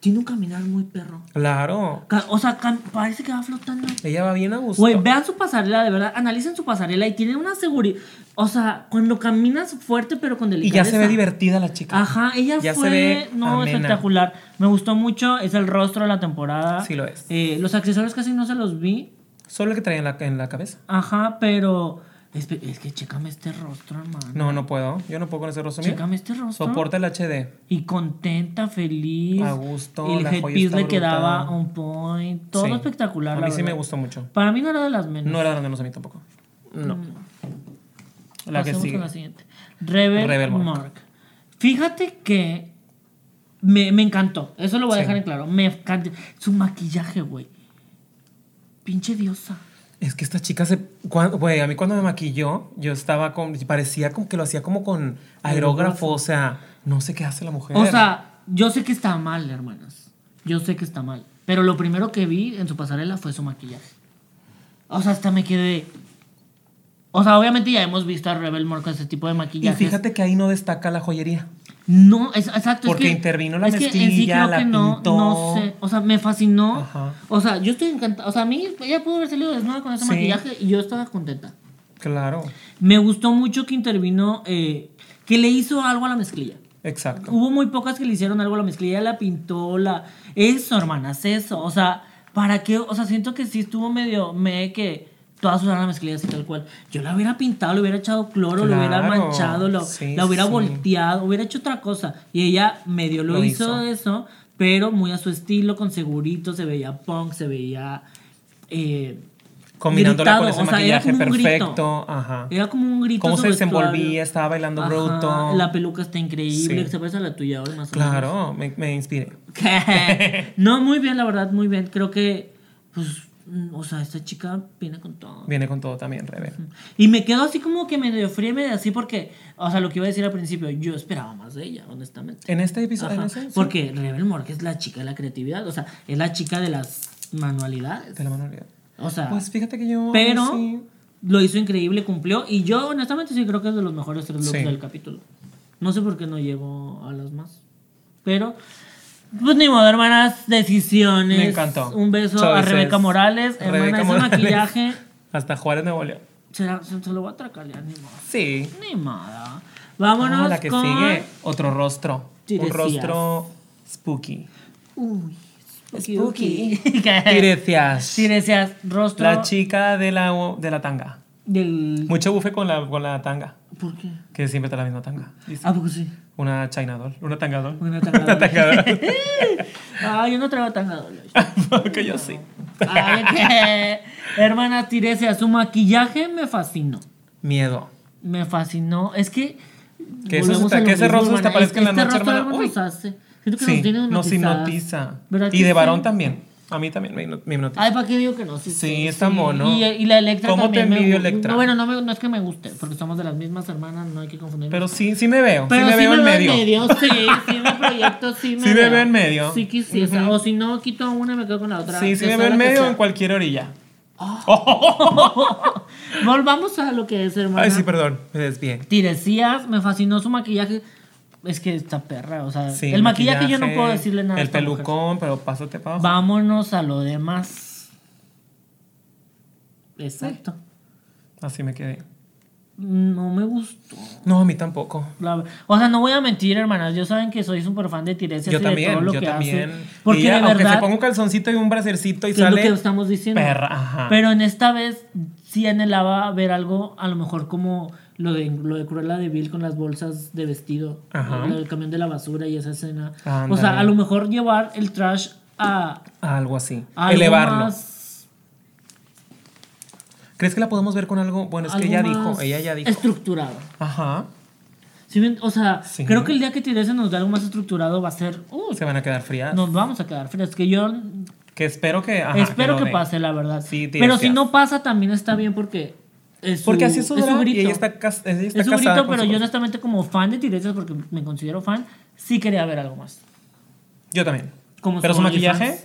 S2: tiene un caminar muy perro.
S1: Claro.
S2: Ca- O sea, cam- parece que va flotando.
S1: Ella va bien a gusto.
S2: Güey, vean su pasarela, de verdad, analicen su pasarela y tienen una seguridad. O sea, cuando caminas fuerte pero con
S1: y
S2: delicadeza.
S1: ya se ve divertida la chica.
S2: Ajá, ella
S1: Ya se
S2: fue
S1: ve
S2: no,
S1: amena.
S2: espectacular. Me gustó mucho, es el rostro de la temporada.
S1: Sí lo es.
S2: Eh, los accesorios casi no se los vi.
S1: Solo el que traía en la, en la cabeza.
S2: Ajá, pero es, pe- es que chécame este rostro, hermano.
S1: No, no puedo. Yo no puedo con ese rostro. mira.
S2: Chécame este rostro.
S1: Soporta el HD.
S2: Y contenta, feliz.
S1: A gusto,
S2: El
S1: la joya
S2: headpiece
S1: está
S2: le
S1: brutal.
S2: quedaba on point. Todo
S1: Sí.
S2: espectacular.
S1: A
S2: la
S1: mí sí me
S2: verdad.
S1: gustó mucho.
S2: Para mí no era de las menos. Mm.
S1: No era de menos a mí tampoco. No. La que
S2: Pasemos
S1: sigue.
S2: con la siguiente. Rebel,
S1: Rebel Mark.
S2: Mark. Fíjate que me, me encantó. Eso lo voy a
S1: Sí.
S2: dejar en claro. Me encanta. Su maquillaje, güey. Pinche diosa.
S1: Es que esta chica se. cuan- Güey, a mí cuando me maquilló, yo estaba con. Parecía como que lo hacía como con aerógrafo. O sea, no sé qué hace la mujer.
S2: O sea, yo sé que está mal, hermanas. Yo sé que está mal. Pero lo primero que vi en su pasarela fue su maquillaje. O sea, hasta me quedé. O sea, obviamente ya hemos visto a Rebel Mark con ese tipo de
S1: Y
S2: maquillaje.
S1: fíjate que ahí no destaca la joyería.
S2: No, es, exacto.
S1: Porque
S2: es que,
S1: intervino la
S2: es que en sí
S1: mezclilla,
S2: creo
S1: la
S2: que no,
S1: pintó.
S2: No sé, o sea, me fascinó.
S1: Ajá.
S2: O sea, yo estoy encantada. O sea, a mí ella pudo haber salido desnuda con ese
S1: Sí.
S2: maquillaje y yo estaba contenta.
S1: Claro.
S2: Me gustó mucho que intervino, eh, que le hizo algo a la mezclilla.
S1: Exacto.
S2: Hubo muy pocas que le hicieron algo a la mezclilla, la pintó, la... Eso, hermanas, eso. O sea, ¿para qué? O sea, siento que sí estuvo medio me que todas usaron la mezclilla así tal cual. Yo la hubiera pintado, le hubiera echado cloro, lo hubiera
S1: Claro,
S2: manchado, lo-
S1: sí,
S2: la hubiera
S1: sí.
S2: volteado, hubiera hecho otra cosa. Y ella medio lo,
S1: Lo hizo.
S2: hizo, eso, pero muy a su estilo, con segurito, se veía punk, se veía... eh,
S1: combinándola con ese
S2: Gritado, o sea, era
S1: maquillaje
S2: como un grito.
S1: perfecto. Ajá.
S2: Era como un grito.
S1: Cómo se
S2: sobre todo.
S1: desenvolvía, estaba bailando
S2: Ajá,
S1: bruto.
S2: La peluca está increíble,
S1: Sí.
S2: que se parece a la tuya ahora más o menos.
S1: Claro, me, me inspiré.
S2: ¿Qué? no, muy bien, la verdad, muy bien. Creo que, pues, mm, o sea, esta chica viene con todo.
S1: Viene con todo también, Rebe.
S2: Y me quedo así como que medio fría, medio así, porque, o sea, lo que iba a decir al principio, yo esperaba más de ella, honestamente.
S1: En este episodio,
S2: Ajá,
S1: no sé, sí,
S2: Porque Rebel Morgue es la chica de la creatividad, o sea, es la chica de las manualidades.
S1: de la manualidad.
S2: O sea,
S1: Pues fíjate que yo.
S2: pero
S1: sí.
S2: lo hizo increíble, cumplió. Y yo, honestamente, sí creo que es de los mejores tres looks
S1: Sí.
S2: del capítulo. No sé por qué no llevo a las más. Pero, pues ni modo, hermanas, decisiones.
S1: Me encantó.
S2: Un beso a
S1: Choices.
S2: Rebeca Morales. Hermana,
S1: Rebeca
S2: ese
S1: Morales.
S2: maquillaje.
S1: Hasta Juárez Nuevo León.
S2: será- se, se lo voy a atracar ya, ni modo.
S1: Sí.
S2: Ni modo. Vámonos.
S1: Ah, la que
S2: con-
S1: sigue, otro rostro. Un
S2: Tirecías.
S1: rostro spooky.
S2: Uy,
S1: Spooky.
S2: (laughs) ¿Qué? (laughs)
S1: Tirecias.
S2: Sí, decías, rostro
S1: La chica de la, de la tanga.
S2: del...
S1: Mucho bufe con la, con la tanga.
S2: ¿Por qué?
S1: Que siempre está la misma tanga. Dice,
S2: ¿A poco sí?
S1: Una China doll. Una tanga doll. (laughs)
S2: Ah. Una tanga (laughs)
S1: doll.
S2: Ah, yo no traigo tanga doble.
S1: Porque yo sí.
S2: Ay,
S1: (laughs)
S2: que- Hermana Tirese, a su maquillaje me fascinó.
S1: Miedo.
S2: Me fascinó. Es que.
S1: Que eso
S2: volvemos
S1: está-
S2: a lo
S1: que ese
S2: mismo,
S1: rostro
S2: hermana.
S1: hasta parezca en la
S2: Este
S1: noche,
S2: rostro
S1: hermana.
S2: algo
S1: Uy.
S2: nos hace. Siento que nos
S1: Sí,
S2: tiene
S1: nos
S2: hipnotizadas.
S1: hipnotiza.
S2: ¿Verdad
S1: Y
S2: que
S1: de varón
S2: sí?
S1: también. A mí también me hipno- me hipnotiza.
S2: Ay, ¿para qué digo que no? Sí,
S1: Sí, está mono.
S2: Y, y la Electra
S1: ¿Cómo
S2: también
S1: te
S2: me
S1: envidio,
S2: gu-
S1: Electra?
S2: Bueno, no, me- no es que me guste, porque somos de las mismas hermanas, no hay que confundirnos.
S1: Pero sí, sí me veo.
S2: Pero
S1: sí me veo en medio.
S2: Sí, sí
S1: (laughs)
S2: me proyecto, sí me
S1: Sí me veo en medio.
S2: Sí quisiera. O si no, quito una y me quedo con la otra.
S1: Sí, sí
S2: que
S1: me
S2: sea
S1: veo en
S2: la que
S1: medio o
S2: sea. Ah.
S1: en cualquier orilla. Oh.
S2: Volvamos a lo que es, hermana.
S1: Ay, sí, perdón. Me desvié.
S2: Tiresías, me fascinó su maquillaje. Es que esta perra, o sea,
S1: Sí,
S2: el maquillaje, yo no puedo decirle nada. a
S1: El
S2: esta mujer.
S1: pelucón, pero pásate para abajo.
S2: Vámonos a lo demás. Exacto.
S1: Así me quedé.
S2: No me gustó.
S1: No, a mí tampoco.
S2: la- o sea, no voy a mentir, hermanas. Yo saben que soy súper fan de
S1: Yo
S2: Tiresias y de todo
S1: también,
S2: lo
S1: yo
S2: que
S1: también.
S2: hace. Porque
S1: Ella,
S2: de
S1: aunque se
S2: verdad,
S1: ponga un calzoncito y un bracercito y
S2: que es lo
S1: sale
S2: que estamos diciendo.
S1: perra, ajá.
S2: Pero en esta vez sí anhelaba ver algo, a lo mejor como lo de, lo de Cruella de Vil con las bolsas de vestido,
S1: Ajá.
S2: el camión de la basura y esa escena. O
S1: Ándale.
S2: sea, a lo mejor llevar el trash a,
S1: algo así.
S2: a algo
S1: Elevarlo.
S2: más-
S1: ¿Crees que la podemos ver con algo? Bueno, es que
S2: algo
S1: ella
S2: más
S1: dijo, ella ya dijo.
S2: Estructurado.
S1: Ajá.
S2: Si bien- o sea,
S1: Sí.
S2: creo que el día que Tirese nos dé algo más estructurado va a ser, uh,
S1: Se van a quedar frías.
S2: nos vamos a quedar fríos. Que yo
S1: Que espero que. ajá,
S2: espero
S1: lo
S2: que,
S1: den.
S2: pase, la verdad.
S1: Sí, Tiresias.
S2: Pero si no pasa, también está bien porque. es su-
S1: Porque así es su, drag
S2: grito.
S1: y ella está, cas- ella está
S2: es un
S1: casada.
S2: grito,
S1: con
S2: pero
S1: su-
S2: yo honestamente como fan de Tiresias, porque me considero fan, sí quería ver algo más.
S1: Yo también.
S2: Como
S1: pero
S2: su
S1: su
S2: OnlyFans.
S1: maquillaje.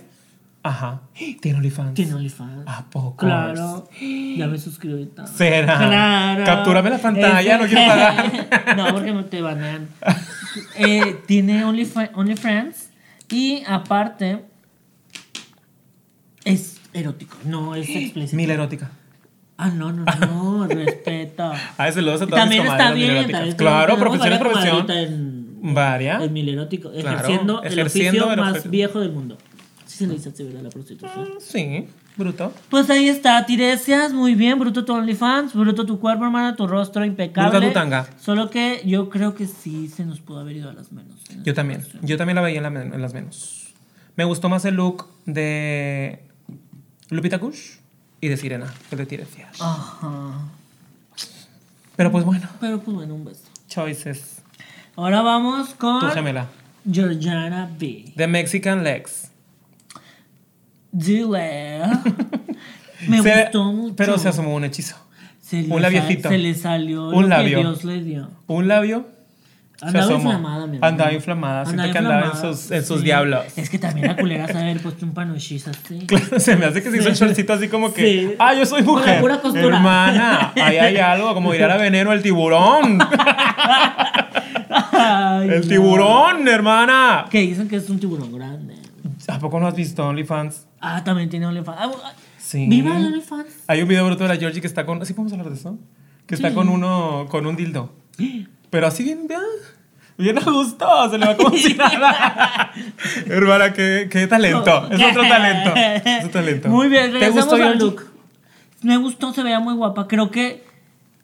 S1: Ajá. (gasps) Tiene OnlyFans.
S2: Tiene OnlyFans.
S1: ¿A poco?
S2: Claro. Ya me suscribí. tal.
S1: Será.
S2: Claro.
S1: Captúrame la pantalla,
S2: Ese-
S1: no quiero pagar.
S2: no, porque no te banean. Eh, tiene OnlyFa- OnlyFans y aparte es erótico, no es explícito.
S1: Mil erótica.
S2: Ah, no, no, no, respeta.
S1: Ah, ese lo vas a todas mis
S2: También está
S1: comadres, mil
S2: bien.
S1: eróticas.
S2: tal vez
S1: Claro,
S2: tenemos
S1: profesión es
S2: varias
S1: profesión.
S2: comadritas en-
S1: Varia.
S2: El milerótico,
S1: Claro,
S2: ejerciendo,
S1: ejerciendo
S2: el oficio
S1: el
S2: más
S1: oficio.
S2: viejo del mundo. Sí se le dice así, ¿verdad? La prostitución.
S1: Sí, bruto.
S2: Pues ahí está, Tiresias, muy bien, bruto tu OnlyFans, bruto tu cuerpo, hermana, tu rostro impecable.
S1: Bruta tu tanga.
S2: Solo que yo creo que sí se nos pudo haber ido a las menos. ¿eh?
S1: Yo también. Yo también la veía en, la men- en las menos. Me gustó más el look de Lupita Kush y de Sirena, que le tiré
S2: Ajá.
S1: Pero pues bueno,
S2: Pero pues bueno, un beso.
S1: choices.
S2: Ahora vamos con
S1: Tu gemela.
S2: Georgiana B.
S1: The Mexican Legs. (laughs)
S2: Dile. Me
S1: Se-
S2: gustó mucho.
S1: Pero se asomó un hechizo.
S2: Se
S1: un
S2: le sal-
S1: labiecito.
S2: Se le salió
S1: Un
S2: lo
S1: labio.
S2: que Dios le dio.
S1: Un labio.
S2: Andaba
S1: se asomó.
S2: inflamada, mi hermana.
S1: Andaba inflamada. Ah, Siento que andaba en sus, en sus
S2: sí.
S1: diablos. (laughs)
S2: Es que también la culera se haber puesto un panochis así.
S1: Claro, se me hace que se hizo el chorcito así como que,
S2: Sí.
S1: ah, yo soy
S2: Con la
S1: mujer.
S2: pura costura.
S1: Hermana, ahí
S2: (laughs)
S1: hay algo, como diría la veneno, el tiburón.
S2: Ay,
S1: el
S2: no.
S1: tiburón, hermana.
S2: Que dicen que es un tiburón grande.
S1: ¿A poco no has visto OnlyFans?
S2: Ah, también tiene OnlyFans. Ah, ah,
S1: Sí.
S2: ¡Viva el OnlyFans!
S1: Hay un video bruto de la Georgie que está con. ¿Sí podemos hablar de eso? Que
S2: Sí.
S1: está con uno. con un dildo. Pero así bien. ah, Bien a gusto, se le va como si
S2: (laughs)
S1: nada. Hermana, qué, qué talento. Es otro talento. Es otro talento.
S2: Muy bien,
S1: ¿Te
S2: regresamos
S1: gustó
S2: al
S1: Georgie?
S2: look. Me gustó, se veía muy guapa. Creo que...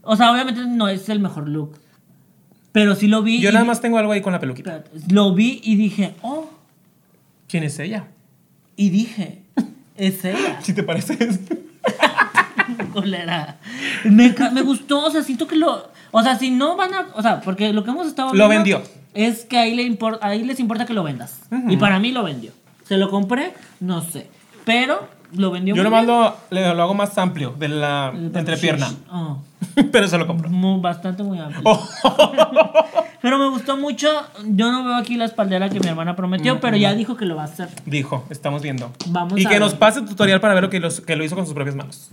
S2: O sea, obviamente no es el mejor look. Pero sí lo vi.
S1: Yo
S2: y-
S1: nada más tengo algo ahí con la peluquita.
S2: Espérate, Lo vi y dije, oh.
S1: ¿Quién es ella?
S2: Y dije, es ella.
S1: Si te parece.
S2: (laughs) culera. Me, enca- me gustó, o sea, siento que lo. O sea, si no van a. O sea, porque lo que hemos estado.
S1: Lo
S2: viendo
S1: vendió.
S2: Es que ahí, le impor- ahí les importa que lo vendas. Y para mí lo vendió. Se lo compré, no sé. Pero lo vendió.
S1: Yo
S2: muy
S1: nomás
S2: bien.
S1: lo, le- lo hago más amplio de la entrepierna.
S2: Oh,
S1: (laughs) Pero se lo
S2: (laughs)
S1: compro.
S2: muy- bastante muy amplio.
S1: Oh.
S2: Pero me gustó mucho. Yo no veo aquí la espaldera que mi hermana prometió,
S1: Mm,
S2: pero ya dijo que lo va a hacer.
S1: Dijo, estamos viendo.
S2: Vamos
S1: y
S2: a
S1: que
S2: ver.
S1: nos pase el tutorial para ver lo que, los- que lo hizo con sus propias
S2: (laughs)
S1: manos.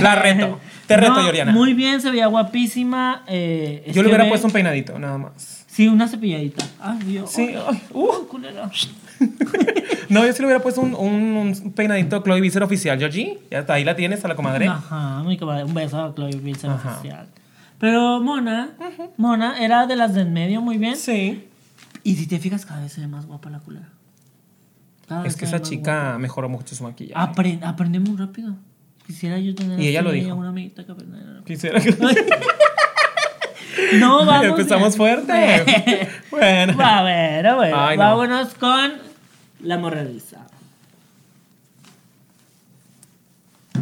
S1: La reto. Te reto, Yoriana.
S2: Muy bien, se veía guapísima. eh, es
S1: Yo le
S2: que
S1: hubiera
S2: ve-
S1: puesto un peinadito, nada más.
S2: Sí, una cepilladita. Ay, Dios.
S1: Sí, ay, uh.
S2: Ay, culera.
S1: (laughs) No, yo sí le hubiera puesto un, un- un peinadito Chloe Viser oficial. Georgie, ya está, ahí la tienes a la comadre.
S2: Ajá, muy cabrón. Un beso a Chloe Wilson
S1: Ajá.
S2: oficial. Pero Mona, Mona era de las del medio muy bien.
S1: Sí.
S2: Y si te fijas, cada vez se ve más guapa la culera. Cada vez
S1: Es que
S2: se ve
S1: esa
S2: más
S1: chica mejoró mucho su maquillaje.
S2: guapa. Apre- aprende muy rápido. Quisiera yo tener
S1: Y ella
S2: así
S1: lo dijo.
S2: una amiguita que aprendiera.
S1: Quisiera
S2: (laughs)
S1: que... (laughs)
S2: No, vamos.
S1: Empezamos
S2: bien.
S1: fuerte. bueno.
S2: (laughs) Va, bueno, bueno.
S1: Ay, no.
S2: Vámonos con la morraliza.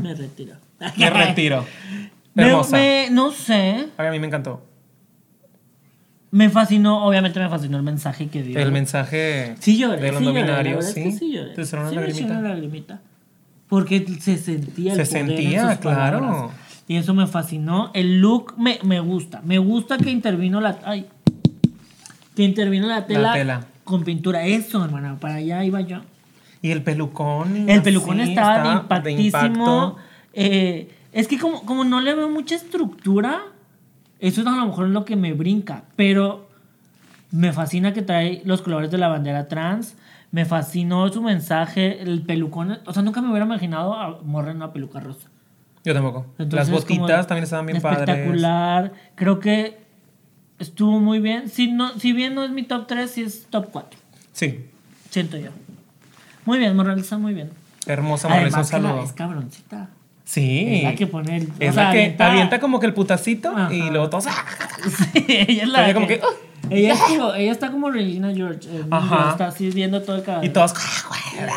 S2: Me retiro. (laughs)
S1: Me retiro.
S2: Me-
S1: Hermosa.
S2: me- no sé.
S1: Ay, a mí me encantó.
S2: Me fascinó, obviamente me fascinó el mensaje que dio.
S1: El mensaje
S2: sí lloré,
S1: de los
S2: sí lloré, la
S1: nominarios,
S2: verdad es
S1: sí.
S2: que sí lloré.
S1: Te salió una
S2: Sí me
S1: lagrimita.
S2: echaron la lagrimita. Porque se sentía
S1: Se
S2: el poder en
S1: sentía,
S2: sus
S1: claro.
S2: palabras. Y eso me fascinó. El look me, me gusta. Me gusta que intervino la... Ay. Que intervino la tela,
S1: tela.
S2: con pintura. Eso, hermana, para allá iba yo.
S1: Y el pelucón. y
S2: El pelucón
S1: así,
S2: estaba de
S1: está
S2: impactísimo. Eh, es que como, como no le veo mucha estructura, eso es a lo mejor lo que me brinca. Pero me fascina que trae los colores de la bandera trans. Me fascinó su mensaje. El pelucón. O sea, nunca me hubiera imaginado a Morra en una peluca rosa.
S1: Yo tampoco. Las
S2: Entonces, como
S1: botitas también estaban bien padres.
S2: Espectacular. Creo que estuvo muy bien. Si, no, si bien no es mi top 3, sí es top 4.
S1: Sí.
S2: Siento yo. Muy bien, Morraliza, muy bien.
S1: Hermosa Morales, un
S2: Además, que la-
S1: saludo.
S2: es cabroncita.
S1: Sí.
S2: Es la que pone el-
S1: Es
S2: o sea,
S1: la que
S2: avienta-
S1: avienta, como que el putacito
S2: Ajá.
S1: y luego todos. ¡ah!
S2: (laughs) Sí, ella es la
S1: Ella como que, "Oh". (laughs)
S2: ella, es como, ella está como Regina George. eh,
S1: Ajá.
S2: Está así viendo todo el cabello.
S1: Y todos. ¡ah, güey!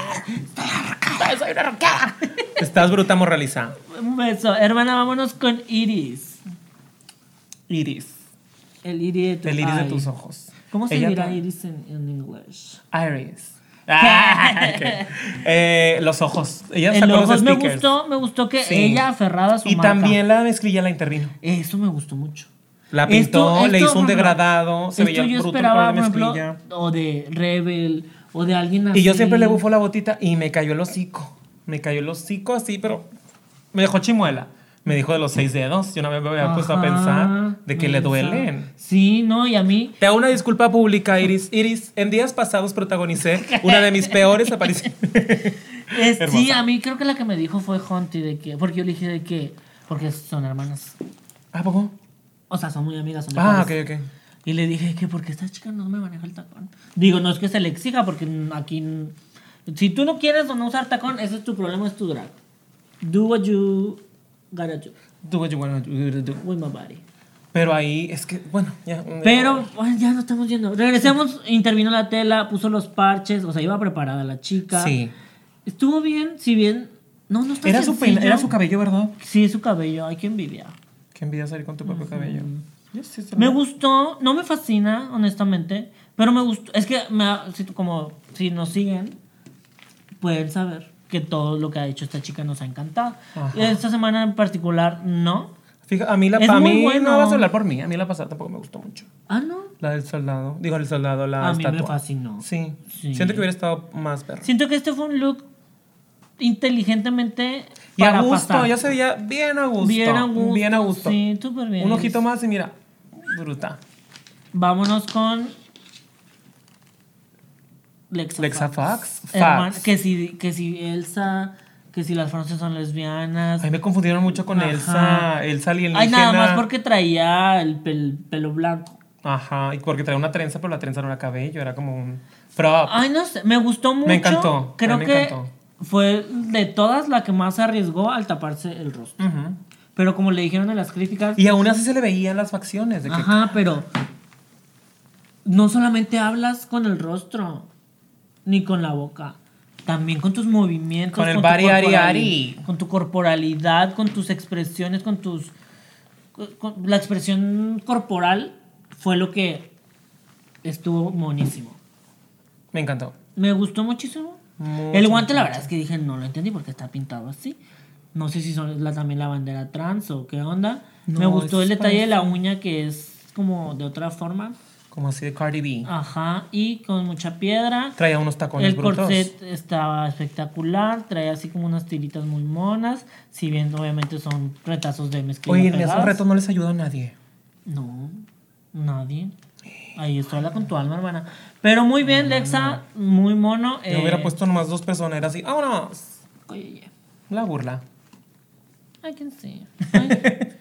S1: ¡Soy una
S2: (laughs)
S1: rockera! Estás bruta morraliza.
S2: Un beso. Hermana, vámonos con Iris.
S1: Iris.
S2: El Iris de, tu-
S1: El iris de
S2: ay.
S1: tus ojos.
S2: ¿Cómo se
S1: Ella
S2: dirá
S1: ta-
S2: Iris en, en inglés?
S1: Iris. Ah, ok. Eh, los ojos. Ella
S2: El
S1: sacó
S2: ojos
S1: los
S2: me
S1: stickers.
S2: gustó, me gustó que
S1: Sí.
S2: ella aferrada a su
S1: Y
S2: marca.
S1: también la mezclilla la intervino.
S2: Eso me gustó mucho.
S1: La
S2: Esto-
S1: pintó,
S2: esto,
S1: le hizo un
S2: por ejemplo,
S1: degradado, se
S2: esto
S1: veía
S2: yo
S1: bruto el
S2: esperaba,
S1: color de
S2: por ejemplo,
S1: mezclilla.
S2: o de Rebel, o de alguien así.
S1: Y yo siempre le bufo la botita y me cayó el hocico. Me cayó el hocico así, pero me dejó chimuela. Me dijo de los seis dedos. Yo no me había puesto a
S2: Ajá,
S1: pensar de que le
S2: esa.
S1: duelen.
S2: Sí, no, y a mí.
S1: Te hago una disculpa pública, Iris. Iris, en días pasados protagonicé una de mis peores
S2: (laughs)
S1: apariciones.
S2: es- sí,
S1: Hermosa.
S2: a mí creo que la que me dijo fue Hunty de que. Porque yo le dije de que. Porque son hermanas.
S1: ¿A poco?
S2: O sea, son muy amigas, son
S1: Ah, ok,
S2: mejores.
S1: ok.
S2: Y le dije que porque esta chica no me maneja el tacón. Digo, no es que se le exija, porque aquí. Si tú no quieres o no usar tacón, ese es tu problema, es tu drag. Do what you gotta do
S1: Do what you wanna do, do.
S2: with my body.
S1: Pero ahí es que, bueno, ya.
S2: Pero ay, ya no estamos yendo. Regresemos, intervino la tela, puso los parches, o sea, iba preparada la chica.
S1: Sí.
S2: Estuvo bien, si bien. No, no está
S1: Era su,
S2: sencillo.
S1: peina- era su cabello, ¿verdad?
S2: Sí, su cabello, hay que envidia.
S1: Qué envidia salir con tu propio
S2: Mm.
S1: cabello. Yo sí se
S2: Me
S1: lo-
S2: gustó, no me fascina, honestamente, pero me gustó. Es que, me ha- si, como si nos siguen, pueden saber que todo lo que ha hecho esta chica nos ha encantado.
S1: Ajá.
S2: Esta semana en particular, no.
S1: Fija, a mí la
S2: Es
S1: a
S2: muy
S1: mí
S2: bueno.
S1: no vas a hablar por mí, a mí la pasada tampoco me gustó mucho.
S2: Ah, no.
S1: La del soldado, digo el soldado, la
S2: a mí
S1: estatua.
S2: me fascinó.
S1: Sí.
S2: Sí.
S1: Siento que hubiera estado más perro.
S2: Siento que este fue un look inteligentemente.
S1: Y a
S2: para
S1: gusto,
S2: pasar.
S1: ya se veía bien a gusto.
S2: Bien a gusto.
S1: Bien a gusto.
S2: Sí, súper bien.
S1: Un ojito más y mira, bruta.
S2: Vámonos con. Lexafax.
S1: Lexafax.
S2: Hermana,
S1: Fax.
S2: que, si, que si Elsa, que si las francesas son lesbianas.
S1: Ay, me confundieron mucho con
S2: Ajá.
S1: Elsa. Elsa y el
S2: Ay, nada más porque traía el pel- pelo blanco.
S1: Ajá, y porque traía una trenza, pero la trenza no era cabello, era como un prop.
S2: Ay, no sé, me gustó mucho.
S1: encantó,
S2: Creo
S1: a mí me
S2: que
S1: encantó.
S2: fue de todas la que más se arriesgó al taparse el rostro.
S1: Ujú.
S2: Pero como le dijeron en las críticas,
S1: Y aún así se le veían las facciones. De que,
S2: Ajá, pero no solamente hablas con el rostro, ni con la boca. también con tus movimientos.
S1: Con el
S2: tu
S1: bari, ari,
S2: corporali-
S1: ari.
S2: Con tu corporalidad, con tus expresiones, con tus... con- con- la expresión corporal fue lo que estuvo monísimo.
S1: Me encantó.
S2: Me gustó muchísimo.
S1: Mucho,
S2: el guante, la verdad es que dije, no lo entendí porque está pintado así. No sé si son la, también la bandera trans o qué onda.
S1: No,
S2: Me gustó el
S1: eso es
S2: detalle de la uña que es como de otra forma.
S1: Como así de Cardi B.
S2: Ajá, y con mucha piedra.
S1: Traía unos tacones
S2: El
S1: brutos.
S2: corset estaba espectacular, traía así como unas tiritas muy monas, si bien obviamente son retazos de mezclilla.
S1: Oye, en esos
S2: pegadas.
S1: retos no les ayuda a nadie.
S2: No, nadie. Ahí está, habla con tu alma, hermana. Pero muy bien, Lexa, muy mono.
S1: Yo
S2: eh,
S1: hubiera puesto nomás dos personeras y ¡vámonos!
S2: Oye,
S1: La burla.
S2: yeah, I can see. Ay.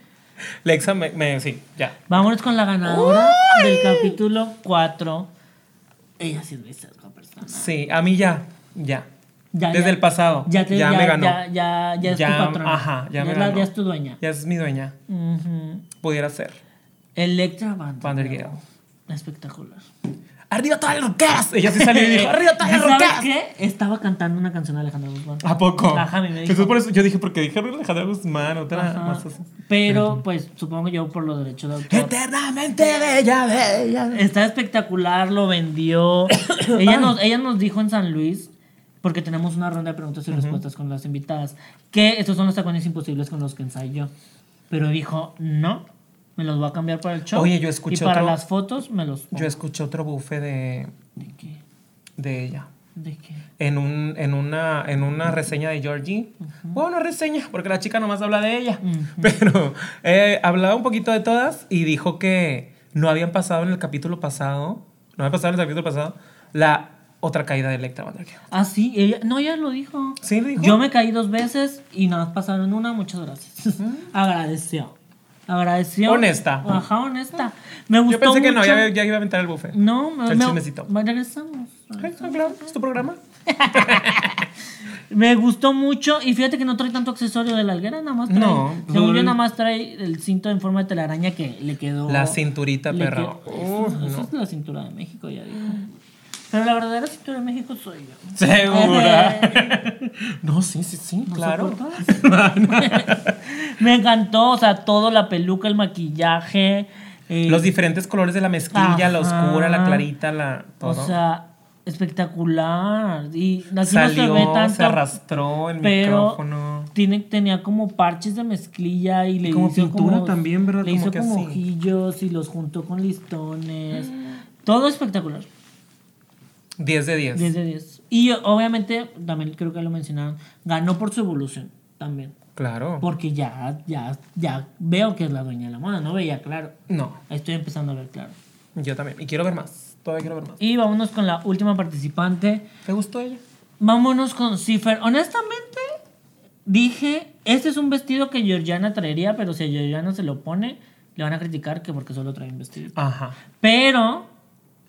S1: Lexa, me, me- sí, ya.
S2: Vámonos con la ganadora del capítulo 4. Ella sí es Luisa, es una persona.
S1: Sí, a mí ya, ya.
S2: Ya,
S1: Desde
S2: ya.
S1: el pasado. Ya,
S2: Ya, te, ya,
S1: me ganó.
S2: Ya,
S1: Ya,
S2: ya, ya es
S1: Ya,
S2: tu patrona.
S1: ajá, ya me
S2: es la-
S1: ganó.
S2: ya es tu dueña.
S1: es mi dueña.
S2: Ujú.
S1: Pudiera ser.
S2: Electra Van
S1: Vandergeel.
S2: Espectacular. Eh,
S1: ¡Arriba todas las roqueras! Ella sí salió y dijo, ¡arriba todas las
S2: ¿Sabes
S1: roqueras!
S2: qué? Estaba cantando una canción de Alejandro Guzmán.
S1: ¿A poco?
S2: Ajá, a mí me dijo.
S1: Entonces por eso yo dije, porque dije Alejandra Guzmán, otra
S2: Ajá.
S1: más así.
S2: Pero, pues, supongo yo por los derechos de autor.
S1: Eternamente bella, bella.
S2: Está espectacular, lo vendió.
S1: (coughs)
S2: ella, nos, ella nos dijo en San Luis, porque tenemos una ronda de preguntas y respuestas con las invitadas, que estos son los tacones imposibles con los que ensayó. Pero dijo, no, me los voy a cambiar para el show.
S1: Oye, yo escuché
S2: Y para
S1: otro-
S2: las fotos me los pongo.
S1: Yo escuché otro bufe de,
S2: ¿De qué?
S1: de ella.
S2: ¿De qué?
S1: En, un, en, una, en una reseña de Georgie. Bueno, una reseña, porque la chica nomás habla de ella. Pero eh, hablaba un poquito de todas y dijo que no habían pasado en el capítulo pasado, no había pasado en el capítulo pasado, la otra caída de Electra Vandergeel.
S2: Ah, sí, ella, no, ella lo dijo.
S1: Sí, le dijo.
S2: Yo me caí dos veces y nada más pasaron una, muchas gracias. (laughs) Agradeció. Agradeció.
S1: Honesta.
S2: Ajá, honesta. Me gustó
S1: Yo pensé que no,
S2: mucho. Mm.
S1: ya, ya iba a aventar el bufe.
S2: No, me,
S1: El
S2: me-
S1: chismecito.
S2: me- regresamos.
S1: Ay, no, claro, es tu programa.
S2: Me gustó mucho y fíjate que no trae tanto accesorio de la alguera, nada más trae.
S1: No,
S2: según yo
S1: el-
S2: nada más trae el cinto en forma de telaraña que le quedó.
S1: La cinturita,
S2: le
S1: perra.
S2: quedó-
S1: Uf,
S2: eso, eso
S1: no.
S2: es la cintura de México, ya dijo. Pero la verdadera cintura de México soy yo.
S1: Segura. (laughs) no, sí, sí, sí,
S2: Eh. ¿No
S1: claro. (laughs)
S2: (laughs) soportas? Me encantó, o sea, todo, la peluca, el maquillaje. eh,
S1: Los diferentes colores de la mezclilla, la
S2: Ajá.
S1: oscura, la clarita, la
S2: o
S1: todo.
S2: sea, espectacular. Y así no se
S1: Salió,
S2: ve
S1: se,
S2: tanto,
S1: arrastró el
S2: pero
S1: micrófono.
S2: tiene, tenía como parches de mezclilla y le
S1: como
S2: hizo
S1: pintura
S2: como-
S1: también, ¿verdad?
S2: Le
S1: Como
S2: hizo
S1: que
S2: como
S1: así.
S2: ojillos y los juntó con listones. Todo espectacular.
S1: 10 de 10.
S2: 10 de 10. Y obviamente, también creo que lo mencionaron, ganó por su evolución también.
S1: Claro.
S2: Porque ya, ya, ya veo que es la dueña de la moda, no veía claro.
S1: No,
S2: Estoy empezando a ver claro.
S1: yo también. Y quiero ver más. Todavía quiero ver más.
S2: Y vámonos con la última participante.
S1: ¿Te gustó ella?
S2: Vámonos con Cipher. Honestamente, dije, este es un vestido que Georgiana traería, pero si a Georgiana se lo pone, le van a criticar que porque solo trae un vestido.
S1: Ajá.
S2: Pero,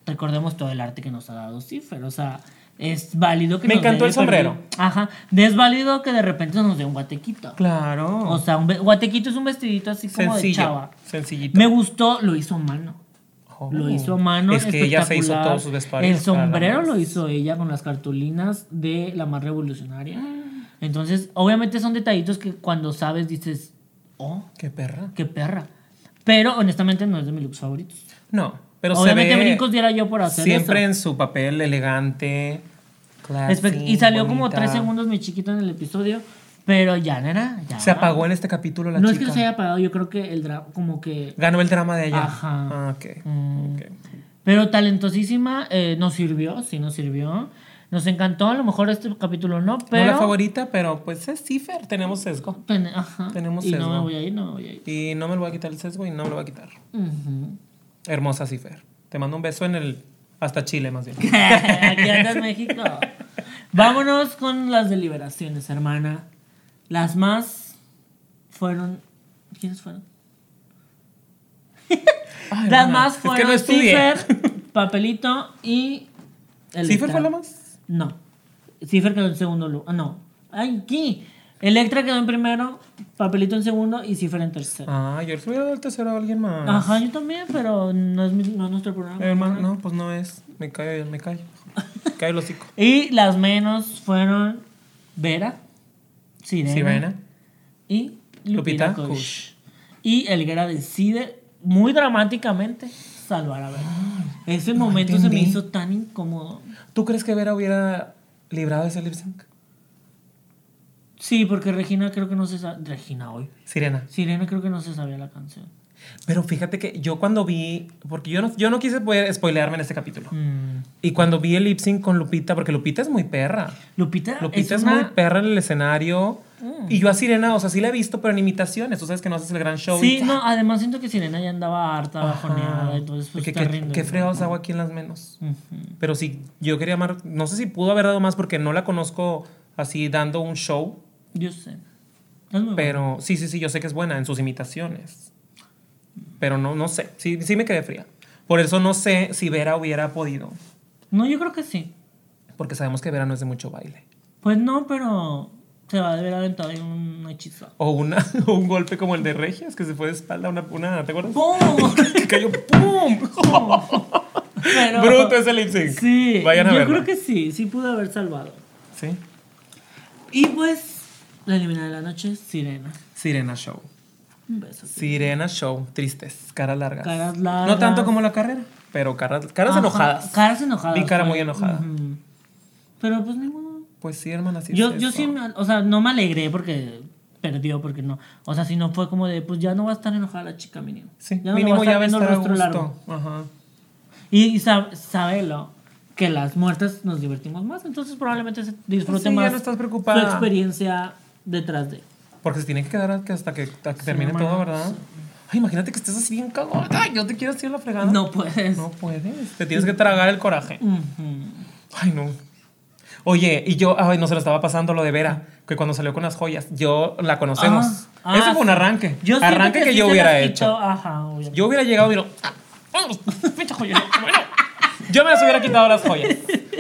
S2: recordemos todo el arte que nos ha dado Cipher. O sea, es válido que
S1: Me
S2: nos
S1: encantó
S2: dé-
S1: el sombrero.
S2: Ajá. Es válido que de repente nos dé un guatequito.
S1: Claro.
S2: O sea, un ve- guatequito es un vestidito así como
S1: Sencillo.
S2: de chava.
S1: Sencillito.
S2: Me gustó, lo hizo a mano.
S1: Oh.
S2: Lo hizo a mano.
S1: Es que ella se hizo
S2: espectacular.
S1: todos sus vestuarios.
S2: El sombrero lo hizo ella con las cartulinas de la más revolucionaria. Entonces, obviamente son detallitos que cuando sabes dices, oh,
S1: Qué perra.
S2: qué perra. Pero honestamente no es de mis looks favoritos.
S1: No, pero
S2: obviamente
S1: se ve
S2: brincos diera yo por hacer
S1: siempre
S2: eso.
S1: en su papel elegante. classy,
S2: Espe- y salió como
S1: Ah, bonita.
S2: tres segundos mi chiquito en el episodio, pero ya, nena, ya.
S1: Se apagó en este capítulo la
S2: no es
S1: chica.
S2: que se haya apagado, yo creo que el drama, como que
S1: Ganó el drama de ella.
S2: Ajá.
S1: Ah, ok. ok.
S2: Pero talentosísima, eh, nos sirvió, sí nos sirvió. Nos encantó, a lo mejor este capítulo no, pero...
S1: No la favorita, pero pues es Cipher. Tenemos sesgo.
S2: Ten- Oh, ajá.
S1: Tenemos
S2: y
S1: sesgo.
S2: no me voy a ir, no me voy a ir.
S1: Y no me lo voy a quitar el sesgo y no me lo voy a quitar.
S2: Ujú.
S1: Hermosa Cifer. Te mando un beso en el. Hasta Chile,
S2: (laughs)
S1: más bien.
S2: (laughs) Aquí andas México. Vámonos con las deliberaciones, hermana. Las más fueron... ¿Quiénes fueron?
S1: Ay,
S2: las
S1: hermana,
S2: más
S1: es que no
S2: fueron
S1: estudié. (laughs)
S2: Cifer, Papelito y... el
S1: ¿Cifer
S2: letrado.
S1: fue la más?
S2: No. Cipher quedó en segundo lugar. No. Ay, aquí. Electra quedó en primero, Papelito en segundo y Cipher en tercero.
S1: Ah, yo le hubiera dado el tercero a alguien Ah, más.
S2: Ajá, yo también, pero no es, mi- no es nuestro programa.
S1: Hermano, no, pues no es. Me callo, me callo. Cae el hocico.
S2: Y las menos fueron Vera, (laughs) Sirena,
S1: Sirena.
S2: y Lupita,
S1: Lupita
S2: Kush.
S1: Kush.
S2: Y Elguera decide muy dramáticamente salvar a Vera. Ese momento se me
S1: Ah, entendí.
S2: hizo tan incómodo.
S1: ¿Tú crees que Vera hubiera librado ese lip sync?
S2: Sí, porque Regina creo que no se sabía. Regina hoy.
S1: Sirena.
S2: Sirena creo que no se sabía la canción.
S1: Pero fíjate que yo cuando vi, porque yo no, yo no quise poder spoilearme en este capítulo.
S2: Mm.
S1: Y cuando vi el lip sync con Lupita, porque Lupita es muy perra.
S2: Lupita,
S1: Lupita es,
S2: una- Mm.
S1: muy perra en el escenario. Y yo a Sirena, o sea, sí la he visto, pero en imitaciones. Tú sabes que no haces el gran show.
S2: Sí,
S1: y- Ah,
S2: no, además siento que Sirena ya andaba harta, bajoneada, entonces pues
S1: Porque
S2: está
S1: qué,
S2: rindo.
S1: qué fregados hago aquí en las menos. Pero sí, yo quería amar. No sé si pudo haber dado más porque no la conozco así dando un show.
S2: Yo sé. Es muy
S1: Pero sí, sí, sí, yo sé que es buena en sus imitaciones. Pero no, no sé. Sí, sí me quedé fría. Por eso no sé si Vera hubiera podido.
S2: bueno. No, yo creo que sí.
S1: Porque sabemos que Vera no es de mucho baile.
S2: Pues no, pero se va a haber aventado ahí un hechizo.
S1: O, una, (laughs) o un golpe como el de Regias, que se fue de espalda. Una, una ¿Te
S2: (laughs)
S1: acuerdas?
S2: ¡Pum!
S1: Que cayó (laughs) ¡Pum!
S2: Pero-
S1: Bruto ese lip sync.
S2: Sí,
S1: Vayan a
S2: yo
S1: verlo.
S2: creo que sí, sí pudo haber salvado.
S1: Sí.
S2: Y pues, la eliminada de la noche, Sirena.
S1: Sirena Show.
S2: Un beso.
S1: Sirena Show. Tristes. Caras largas.
S2: Caras largas.
S1: No tanto como la carrera, pero caras, caras
S2: Ajá,
S1: enojadas.
S2: Caras enojadas.
S1: Vi cara
S2: fue.
S1: muy enojada.
S2: Ujú. Pero pues ni modo.
S1: Pues sí, hermana, sí.
S2: yo,
S1: es
S2: yo
S1: eso.
S2: sí, me- o sea, no me alegré porque perdió, porque no. O sea, si no fue como de, pues ya no va a estar enojada la chica, mínimo.
S1: Sí,
S2: Ya no le
S1: mínimo
S2: va a
S1: ya va a
S2: estar viendo el
S1: estar a
S2: rostro
S1: gusto.
S2: largo.
S1: Ajá.
S2: Y, y sab- sabelo, que las muertas nos divertimos más, entonces probablemente se disfrute
S1: Sí, ya
S2: más
S1: no estás preocupada.
S2: su experiencia detrás de.
S1: Porque se tiene que quedar que hasta que, hasta que termine
S2: hermana,
S1: todo, ¿verdad? Ay, imagínate que estés así bien cagada. Ay, yo te quiero decir la fregada.
S2: No puedes.
S1: No puedes. Te tienes que tragar el coraje.
S2: Ujú.
S1: Ay, no. Oye, y yo, ay, no se lo estaba pasando lo de Vera, que cuando salió con las joyas, yo la conocemos.
S2: Ah,
S1: Eso
S2: ah,
S1: fue un
S2: sí.
S1: arranque.
S2: Yo siento
S1: arranque que,
S2: sí
S1: yo
S2: se
S1: hubiera
S2: las
S1: hecho.
S2: quitó, Ajá, obviamente.
S1: Yo hubiera llegado y digo, "Ah, vámonos, pinche
S2: (laughs)
S1: joyería, bueno". (laughs) Yo me las hubiera quitado las joyas.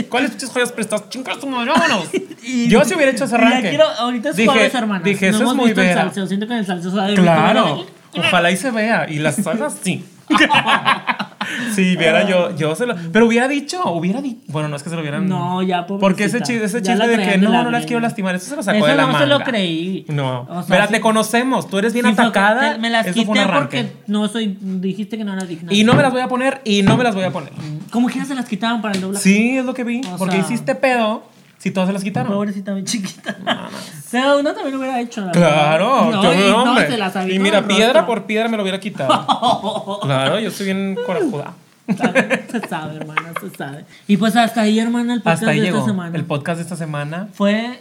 S1: ¿Cuáles pinches joyas prestadas? Chingas tu madre,
S2: (laughs)
S1: vámonos. Yo sí hubiera hecho ese
S2: Mira,
S1: arranque.
S2: quiero- ahorita es
S1: Dije-
S2: jueves, hermana.
S1: Dije,
S2: No
S1: eso
S2: hemos
S1: es muy
S2: visto el
S1: vera.
S2: salseo, Siento que en el salseo se va a divertir.
S1: (laughs) Claro. Ojalá y se vea. Y las hagas, sí. (laughs) sí, viera yo, yo se lo. Pero hubiera dicho, hubiera dicho. Bueno, no es que se lo hubieran.
S2: No, ya, pobrecita.
S1: Porque ese chiste, ese
S2: Ya la
S1: chiste de que
S2: traían de
S1: no,
S2: la
S1: no las
S2: greña.
S1: quiero lastimar, eso se lo sacó
S2: Eso
S1: de la
S2: no
S1: manga.
S2: se lo creí.
S1: No.
S2: O sea,
S1: Vera,
S2: sí-
S1: te conocemos, tú eres bien
S2: Sí, fue-
S1: atacada.
S2: te- me las
S1: eso fue un
S2: quité
S1: arranque.
S2: porque no soy. Dijiste que no era digna.
S1: Y no me las voy a poner, y no me las voy a poner.
S2: Como que ya se las quitaban para el doblaje.
S1: Sí, es lo que vi.
S2: O
S1: porque
S2: sea-
S1: hiciste pedo si todas se las quitaron.
S2: Pobrecita,
S1: (laughs)
S2: mi chiquita. Pero uno también lo hubiera hecho. la
S1: Claro,
S2: verdad.
S1: yo,
S2: y
S1: hombre.
S2: se las aventó
S1: y mira,
S2: al rostro.
S1: piedra por piedra me lo hubiera quitado. (laughs) claro, yo soy bien corajuda.
S2: se sabe, hermana, se sabe. Y pues hasta ahí, hermana, el podcast
S1: Hasta ahí
S2: de
S1: llegó
S2: esta semana.
S1: el podcast de esta semana.
S2: Fue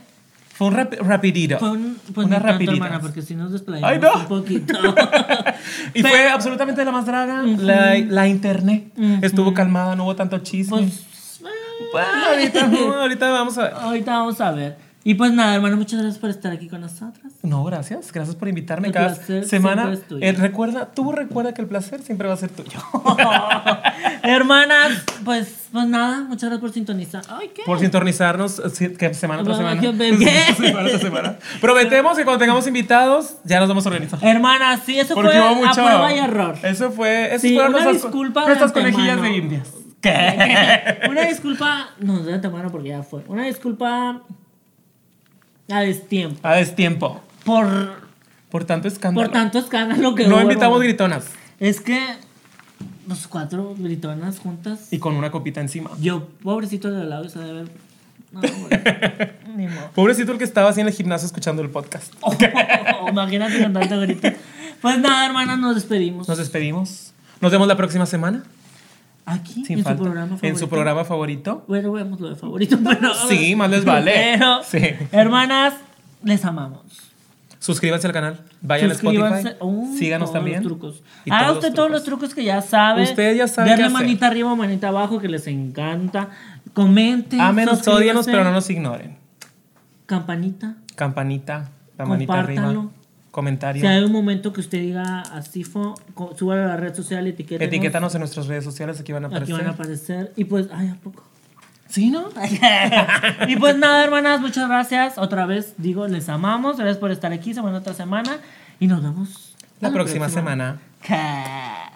S1: Fue un rap- rapidito.
S2: Fue un, pues
S1: Una
S2: ni tanto,
S1: rapidita.
S2: hermana, porque si nos desplayamos
S1: ¡Ay, no!
S2: un poquito.
S1: (laughs)
S2: (laughs)
S1: y fue absolutamente la más draga. la, la internet estuvo calmada, no hubo tanto chisme.
S2: Pues, eh,
S1: Bueno, ahorita, no, ahorita vamos a.
S2: ahorita vamos a ver. Y pues nada, hermano, muchas gracias por estar aquí
S1: (laughs)
S2: con nosotras.
S1: No, gracias. Gracias por invitarme
S2: El
S1: cada
S2: placer
S1: semana.
S2: siempre es tuyo.
S1: Eh, recuerda, tú recuerda que el placer siempre va a ser tuyo.
S2: Hermanas, pues, pues nada, muchas gracias por sintonizar. Ay, ¿qué?
S1: Por sintonizarnos eh, sí, que semana tras
S2: Bueno,
S1: semana. (laughs)
S2: yo bebé.
S1: semana tras semana. Prometemos que cuando tengamos invitados ya nos vamos a organizar.
S2: Hermanas, sí, eso
S1: Porque
S2: fue
S1: hubo
S2: a
S1: mucho.
S2: prueba y error.
S1: Eso fue. Eso
S2: Sí,
S1: fueron
S2: una
S1: nuestras co-
S2: disculpa de
S1: Nuestras
S2: antemano.
S1: conejillas de indias. ¿Qué?
S2: (laughs) Una disculpa, no, de antemano porque ya fue. Una disculpa a destiempo
S1: A destiempo.
S2: por,
S1: Por tanto escándalo.
S2: por tanto escándalo que
S1: no
S2: hubo,
S1: invitamos
S2: hermano.
S1: gritonas.
S2: Es que los cuatro gritonas juntas.
S1: Y con una copita encima.
S2: Yo, pobrecito de al lado, se debe ver. No, bueno, ni modo.
S1: Pobrecito el que estaba así en el gimnasio escuchando el podcast.
S2: Oh. imagínate con tanto grito. Pues nada, hermanas, nos despedimos.
S1: Nos despedimos. Nos vemos la próxima semana.
S2: Aquí,
S1: Sin
S2: en
S1: falta.
S2: su programa favorito.
S1: En su programa favorito.
S2: Bueno, vemos lo de favorito, (laughs) pero.
S1: Sí, más les vale.
S2: Pero,
S1: Sí.
S2: hermanas, les amamos.
S1: Suscríbanse al canal. Vayan a Spotify.
S2: Suscríbanse. Uh,
S1: Síganos
S2: todos
S1: también.
S2: Los trucos.
S1: Y
S2: Haga
S1: todos
S2: usted
S1: los
S2: todos los trucos que ya sabe.
S1: Usted ya sabe
S2: Darle
S1: qué hacer.
S2: manita arriba o manita abajo, que les encanta. Comenten.
S1: Ámenos,
S2: suscríbanse.
S1: odienos, pero no nos ignoren.
S2: Campanita.
S1: Campanita, la manita arriba.
S2: Compártanlo.
S1: Comentario.
S2: Si hay un momento que usted diga así, fue, co- súbalo a la red social, etiqueta.
S1: Etiquétanos en nuestras redes sociales, aquí van a
S2: Aquí
S1: aparecer.
S2: van a aparecer. Y pues, ay, ¿a poco?
S1: Sí, (laughs) ¿no?
S2: (laughs) y pues nada, hermanas, muchas gracias. Otra vez, digo, les amamos. Gracias por estar aquí. Semana otra semana. Y nos vemos. a
S1: La próxima semana.
S2: semana.